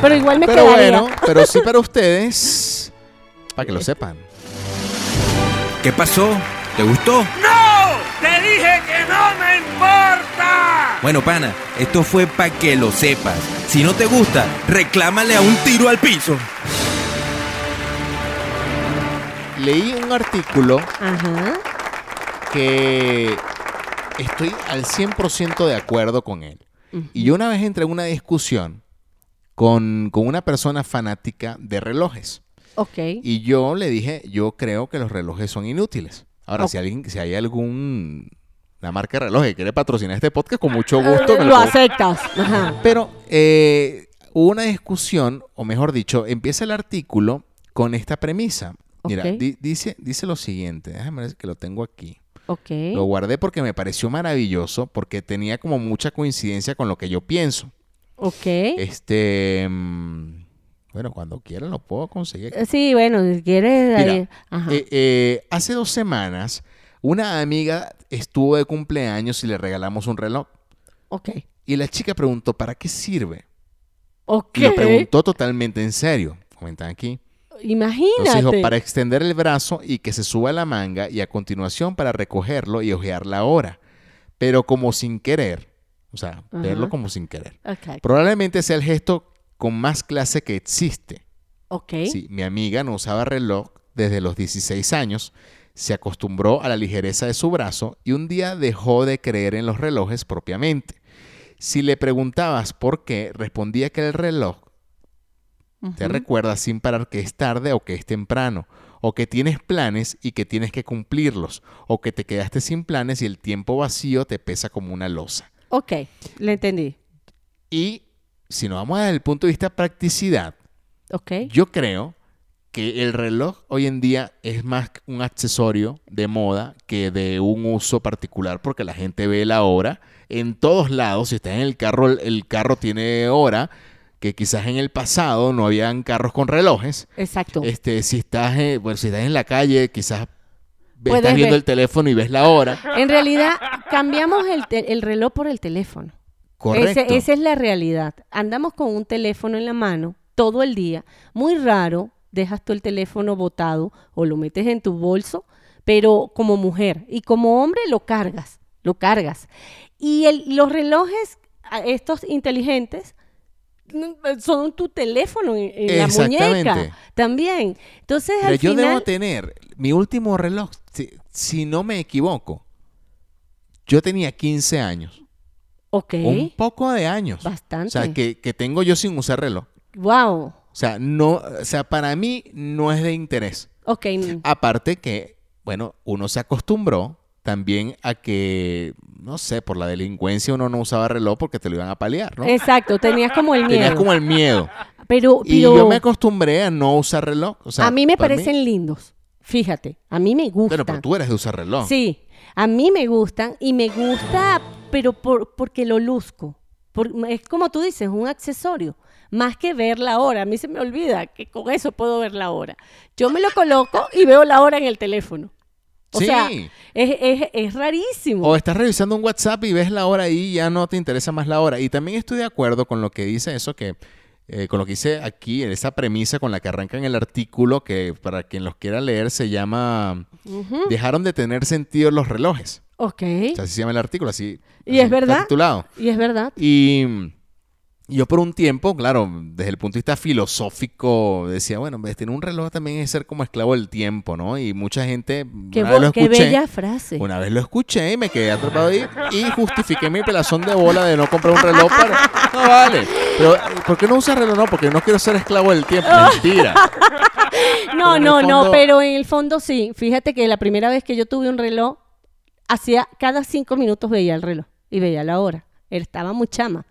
S2: Pero igual me
S1: Pero
S2: quedaría.
S1: bueno, pero sí para ustedes. Para que lo sepan.
S5: ¿Qué pasó? ¿Te gustó?
S3: ¡No! ¡Te dije que no me importa!
S5: Bueno, pana, esto fue para que lo sepas. Si no te gusta, reclámale a un tiro al piso.
S1: Leí un artículo
S2: Ajá.
S1: que estoy al 100% de acuerdo con él. Y yo una vez entré en una discusión con, con una persona fanática de relojes.
S2: Ok.
S1: Y yo le dije, yo creo que los relojes son inútiles. Ahora,
S2: Ok.
S1: si alguien, si hay algún la marca de relojes que quiere patrocinar este podcast, con
S2: [LAUGHS]
S1: mucho
S2: Eh,
S1: gusto. me
S2: lo
S1: puede-
S2: aceptas. Ajá.
S1: Pero eh, hubo una discusión, o mejor dicho, empieza el artículo con esta premisa. Mira,
S2: Ok.
S1: di- dice, dice lo siguiente, déjame ver que lo tengo aquí.
S2: Ok.
S1: Lo guardé porque me pareció maravilloso, porque tenía como mucha coincidencia con lo que yo pienso.
S2: Ok.
S1: Este, mm, Bueno, cuando quiera lo puedo conseguir.
S2: Eh, Sí, bueno, si quieres...
S1: Mira,
S2: ahí- Ajá.
S1: Eh, eh, hace dos semanas, una amiga estuvo de cumpleaños y le regalamos un reloj.
S2: ok.
S1: Y la chica preguntó, ¿para qué sirve?
S2: Ok.
S1: Y lo preguntó totalmente en serio. Comentan aquí. Entonces dijo,
S2: Imagínate.
S1: para extender el brazo y que se suba la manga y a continuación para recogerlo y ojear la hora. Pero como sin querer. O sea,
S2: Ajá.
S1: verlo como sin querer.
S2: Ok.
S1: Probablemente sea el gesto con más clase que existe.
S2: Ok.
S1: Sí, mi amiga no usaba reloj desde los 16 años, se acostumbró a la ligereza de su brazo y un día dejó de creer en los relojes propiamente. Si le preguntabas por qué, respondía que el reloj te
S2: Ujú.
S1: recuerda sin parar que es tarde o que es temprano, o que tienes planes y que tienes que cumplirlos, o que te quedaste sin planes y el tiempo vacío te pesa como una losa.
S2: Ok, le entendí.
S1: Y si nos vamos desde el punto de vista practicidad,
S2: Ok.
S1: yo creo que el reloj hoy en día es más un accesorio de moda que de un uso particular, porque la gente ve la hora en todos lados. Si estás en el carro, el- el carro tiene hora, que quizás en el pasado no habían carros con relojes.
S2: Exacto.
S1: Este, si estás, eh, bueno, si estás en la calle, quizás ve-
S2: Puedes
S1: estás viendo
S2: ver.
S1: el teléfono y ves la hora.
S2: En realidad, cambiamos el, te- el reloj por el teléfono. Ese-
S1: Correcto.
S2: esa es la realidad. Andamos con un teléfono en la mano todo el día. Muy raro dejas tú el teléfono botado o lo metes en tu bolso, pero como mujer y como hombre lo cargas, lo cargas. Y el- los relojes, a- estos inteligentes, mm, son tu teléfono en, en la
S1: Exactamente.
S2: muñeca también. Entonces,
S1: Mira,
S2: al
S1: yo
S2: final,
S1: debo tener mi último reloj, si, si no me equivoco, yo tenía 15 años.
S2: ok,
S1: Un poco de años.
S2: Bastante.
S1: O sea, que, que tengo yo sin usar reloj.
S2: wow,
S1: O sea, no, o sea, para mí no es de interés. [LAUGHS]
S2: ok,
S1: Aparte que, bueno, uno se acostumbró también a que, no sé, por la delincuencia uno no usaba reloj porque te lo iban a paliar, ¿no?
S2: exacto, tenías como el miedo.
S1: Tenías como el miedo.
S2: [LAUGHS] Pero,
S1: Y
S2: pero-
S1: yo me acostumbré a no usar reloj. O sea,
S2: a mí me
S1: para
S2: parecen lindos. Fíjate, a mí me gustan.
S1: Bueno, pero tú eres de usar reloj.
S2: Sí, a mí me gustan y me gusta, pero por, porque lo luzco. Por- es como tú dices, un accesorio. Más que ver la hora. A mí se me olvida que con eso puedo ver la hora. Yo me lo coloco y veo la hora en el teléfono. O
S1: Sí.
S2: sea, es, es- es rarísimo.
S1: O estás revisando un WhatsApp y ves la hora y ya no te interesa más la hora. Y también estoy de acuerdo con lo que dice eso que, eh, con lo que dice aquí, en esa premisa con la que arrancan el artículo, que para quien los quiera leer se llama Dejaron de tener sentido los relojes.
S2: ok.
S1: O sea, así se llama el artículo, así.
S2: Y
S1: así
S2: es
S1: está
S2: verdad.
S1: titulado.
S2: Y es verdad.
S1: Y mm, yo por un tiempo, claro, desde el punto de vista filosófico, decía, bueno, pues, tener un reloj también es ser como esclavo del tiempo, ¿no? Y mucha gente...
S2: Qué,
S1: una vez
S2: bo-
S1: lo
S2: qué
S1: escuché,
S2: bella frase.
S1: una vez lo escuché y me quedé atrapado ahí y justifiqué mi pelazón de bola de no comprar un reloj para... No vale. Pero, eh, ¿por qué no usas reloj? No, porque no quiero ser esclavo del tiempo. Mentira. [LAUGHS]
S2: No,
S1: en el
S2: no,
S1: fondo-
S2: no, pero en el fondo sí. Fíjate que la primera vez que yo tuve un reloj, hacía cada cinco minutos veía el reloj y veía la hora. Estaba muy chama.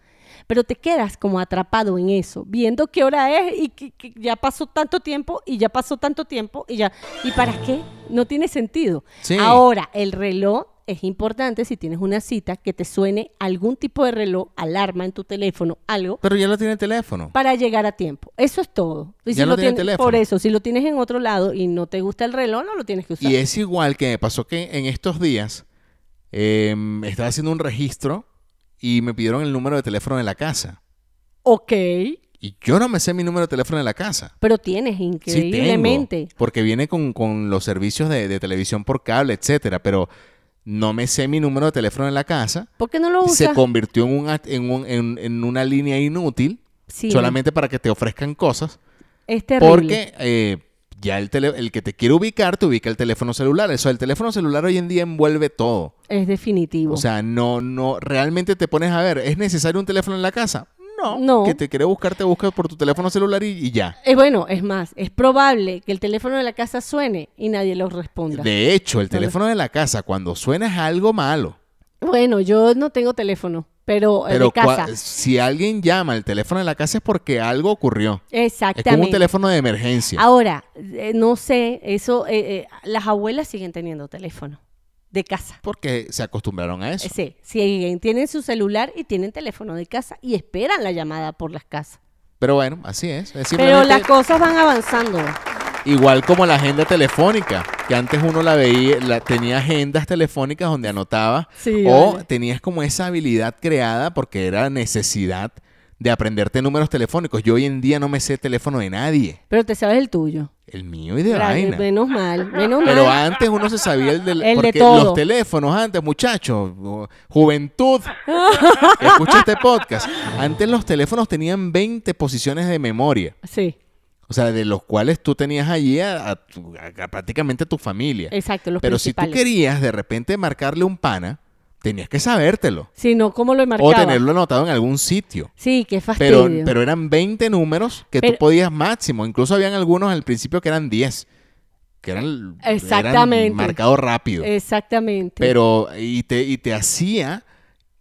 S2: Pero te quedas como atrapado en eso, viendo qué hora es y que, que ya pasó tanto tiempo y ya pasó tanto tiempo y ya. ¿Y para qué? No tiene sentido.
S1: Sí.
S2: Ahora, el reloj es importante si tienes una cita que te suene algún tipo de reloj, alarma en tu teléfono, algo,
S1: Pero ya lo tiene el teléfono.
S2: para llegar a tiempo. Eso es todo. Y
S1: Ya no tiene
S2: tienes-
S1: teléfono.
S2: Por eso, si lo tienes en otro lado y no te gusta el reloj, no lo tienes que usar.
S1: Y es igual que me pasó que en estos días em, estaba haciendo un registro y me pidieron el número de teléfono de la casa.
S2: Ok,
S1: Y yo no me sé mi número de teléfono de la casa.
S2: pero tienes
S1: Sí, tengo,
S2: increíblemente.
S1: porque viene con, con los servicios de, de televisión por cable, etcétera. Pero no me sé mi número de teléfono en la casa.
S2: ¿Por qué no lo
S1: se
S2: usas?
S1: convirtió en, un act- en, un- en- en una línea inútil
S2: Sí,
S1: solamente para que te ofrezcan cosas.
S2: es terrible.
S1: Porque eh, ya el, tele- el que te quiere ubicar, te ubica el teléfono celular. Eso, el teléfono celular hoy en día envuelve todo.
S2: es definitivo.
S1: O sea, no, no, realmente te pones a ver, ¿es necesario un teléfono en la casa? No.
S2: No.
S1: Que te quiere buscar, te busca por tu teléfono celular y, y ya.
S2: Eh, bueno, es más, es probable que el teléfono de la casa suene y nadie lo responda.
S1: De hecho, el teléfono de la casa, cuando suena es algo malo.
S2: Bueno, yo no tengo teléfono, pero, eh,
S1: Pero
S2: de casa.
S1: cua- si alguien llama al teléfono de la casa es porque algo ocurrió. Es
S2: Exactamente.
S1: como un teléfono de emergencia.
S2: Ahora, eh, no sé, eso, eh, eh, las abuelas siguen teniendo teléfono de casa.
S1: Porque se acostumbraron a eso.
S2: Sí, sí, tienen su celular y tienen teléfono de casa y esperan la llamada por las casas.
S1: Pero bueno, así es. es
S2: Pero
S1: simplemente
S2: las cosas van avanzando.
S1: Igual como la agenda telefónica, que antes uno la veía, la, tenía agendas telefónicas donde anotaba
S2: Sí,
S1: o
S2: vale.
S1: tenías como esa habilidad creada porque era necesidad de aprenderte números telefónicos. Yo hoy en día no me sé teléfono de nadie,
S2: Pero te sabes el tuyo.
S1: el mío y de
S2: Gracias,
S1: vaina.
S2: menos mal, menos
S1: Pero
S2: mal.
S1: antes uno se sabía el del
S2: El de
S1: porque
S2: todo.
S1: los teléfonos antes, muchachos, o-
S2: [LAUGHS]
S1: juventud, que escucha este podcast. Antes los teléfonos tenían 20 posiciones de memoria,
S2: Sí,
S1: o sea, de los cuales tú tenías allí a, a tu- a- a prácticamente tu familia.
S2: exacto, los
S1: Pero si tú
S2: principales.
S1: querías de repente marcarle un pana, tenías que sabértelo
S2: Si no, ¿cómo lo
S1: o
S2: marcaba?
S1: tenerlo anotado en algún sitio.
S2: Sí, qué fastidio.
S1: Pero, pero eran 20 números que tú
S2: Pero-
S1: podías máximo. Incluso habían algunos al principio que eran 10. Que eran,
S2: Exactamente. Este.
S1: eran marcado rápido.
S2: Exactamente.
S1: Pero, y te, y te hacía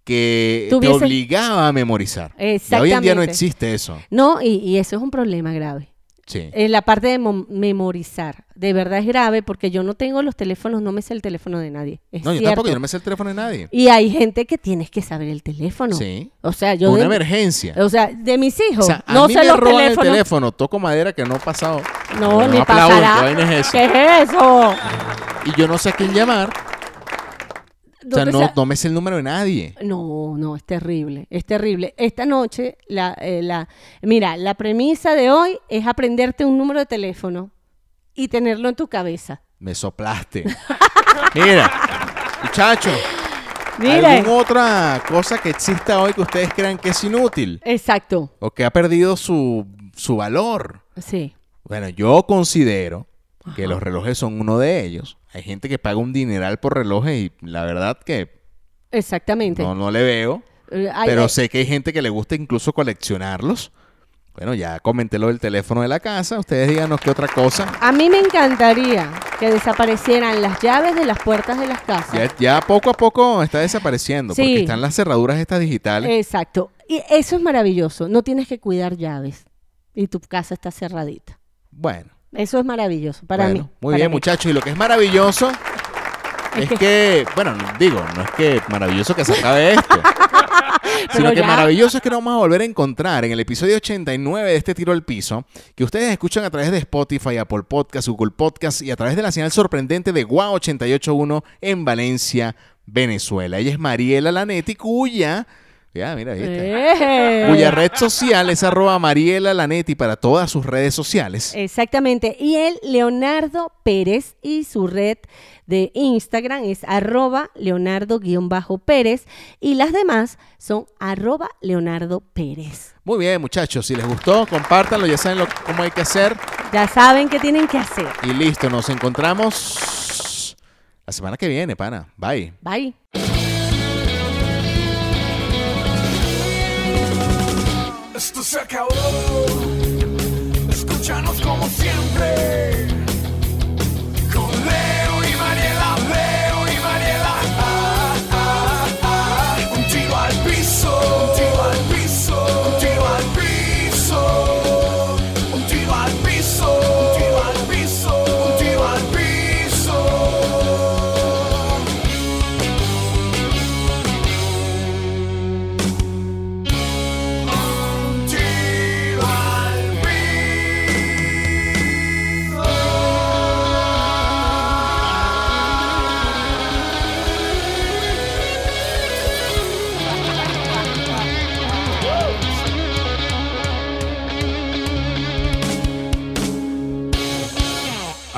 S1: que
S2: Tuviese-
S1: te obligaba a memorizar. Y hoy en día no
S2: Exactamente.
S1: existe eso.
S2: No, y, y eso es un problema grave.
S1: Sí.
S2: En la parte de mem- memorizar, de verdad es grave porque yo no tengo los teléfonos, no me sé el teléfono de nadie. Es
S1: no, yo
S2: cierto.
S1: tampoco, yo no me sé el teléfono de nadie.
S2: Y hay gente que tienes que saber el teléfono.
S1: Sí.
S2: O sea, yo
S1: Una
S2: de,
S1: emergencia.
S2: o sea, de mis hijos,
S1: O sea, a
S2: no
S1: mí
S2: sé
S1: me
S2: los
S1: roban
S2: teléfonos.
S1: el teléfono, toco madera que no ha pasado.
S2: No,
S1: Pero
S2: ni
S1: aplaudo,
S2: pasará.
S1: ¿qué vaina es eso?
S2: ¿Qué es eso?
S1: Y yo no sé a quién llamar. O sea,
S2: ¿Dónde
S1: no,
S2: sa-
S1: no me sé el número de nadie.
S2: No, no, es terrible, es terrible. Esta noche, la, eh, la, mira, la premisa de hoy es aprenderte un número de teléfono y tenerlo en tu cabeza.
S1: Me soplaste. [LAUGHS] Mira, muchachos,
S2: Mire,
S1: ¿alguna otra cosa que exista hoy que ustedes crean que es inútil
S2: exacto,
S1: o que ha perdido su, su valor?
S2: sí,
S1: Bueno, yo considero que los relojes son uno de ellos. Hay gente que paga un dineral por relojes y la verdad que
S2: exactamente.
S1: no, no le veo.
S2: Eh, hay-
S1: pero
S2: hay-
S1: sé que hay gente que le gusta incluso coleccionarlos. Bueno, ya comenté lo del teléfono de la casa. Ustedes díganos qué otra cosa.
S2: A mí me encantaría que desaparecieran las llaves de las puertas de las casas.
S1: Ya, ya poco a poco está desapareciendo porque
S2: Sí. Eh,
S1: están las cerraduras estas digitales.
S2: Exacto. Y eso es maravilloso. No tienes que cuidar llaves y tu casa está cerradita.
S1: bueno,
S2: Eso es maravilloso para
S1: bueno,
S2: mí.
S1: muy
S2: para
S1: bien
S2: mí.
S1: muchachos. Y lo que es maravilloso
S2: [LAUGHS] Es
S1: es, que... bueno, digo, no es que maravilloso que se acabe esto. Sino
S2: Pero
S1: que
S2: ya.
S1: maravilloso es que nos vamos a volver a encontrar en el episodio 89 de este tiro al piso, que ustedes escuchan a través de Spotify, Apple Podcast, Google Podcast y a través de la señal sorprendente de Guau 881 en Valencia, Venezuela. Ella es Mariela Lanetti, cuya. Ya, mira, ahí está.
S2: ¡Eh!
S1: cuya red social es arroba Mariela Lanetti para todas sus redes sociales.
S2: Exactamente. Y el Leonardo Pérez y su red de Instagram es arroba leonardo-pérez y las demás son arroba leonardo pérez.
S1: Muy bien, muchachos, si les gustó, compártanlo, ya saben lo- cómo hay que hacer.
S2: Ya saben qué tienen que hacer.
S1: Y listo, nos encontramos la semana que viene, pana. Bye.
S2: Bye.
S3: Esto se acabó. Escúchanos como siempre. Con Leo y Mariela, Leo y Mariela. Ah, ah, ah. Un tiro al piso, un tiro al piso, un tiro al piso. Un tiro al piso, un tiro al piso, un tiro al piso. Un tiro al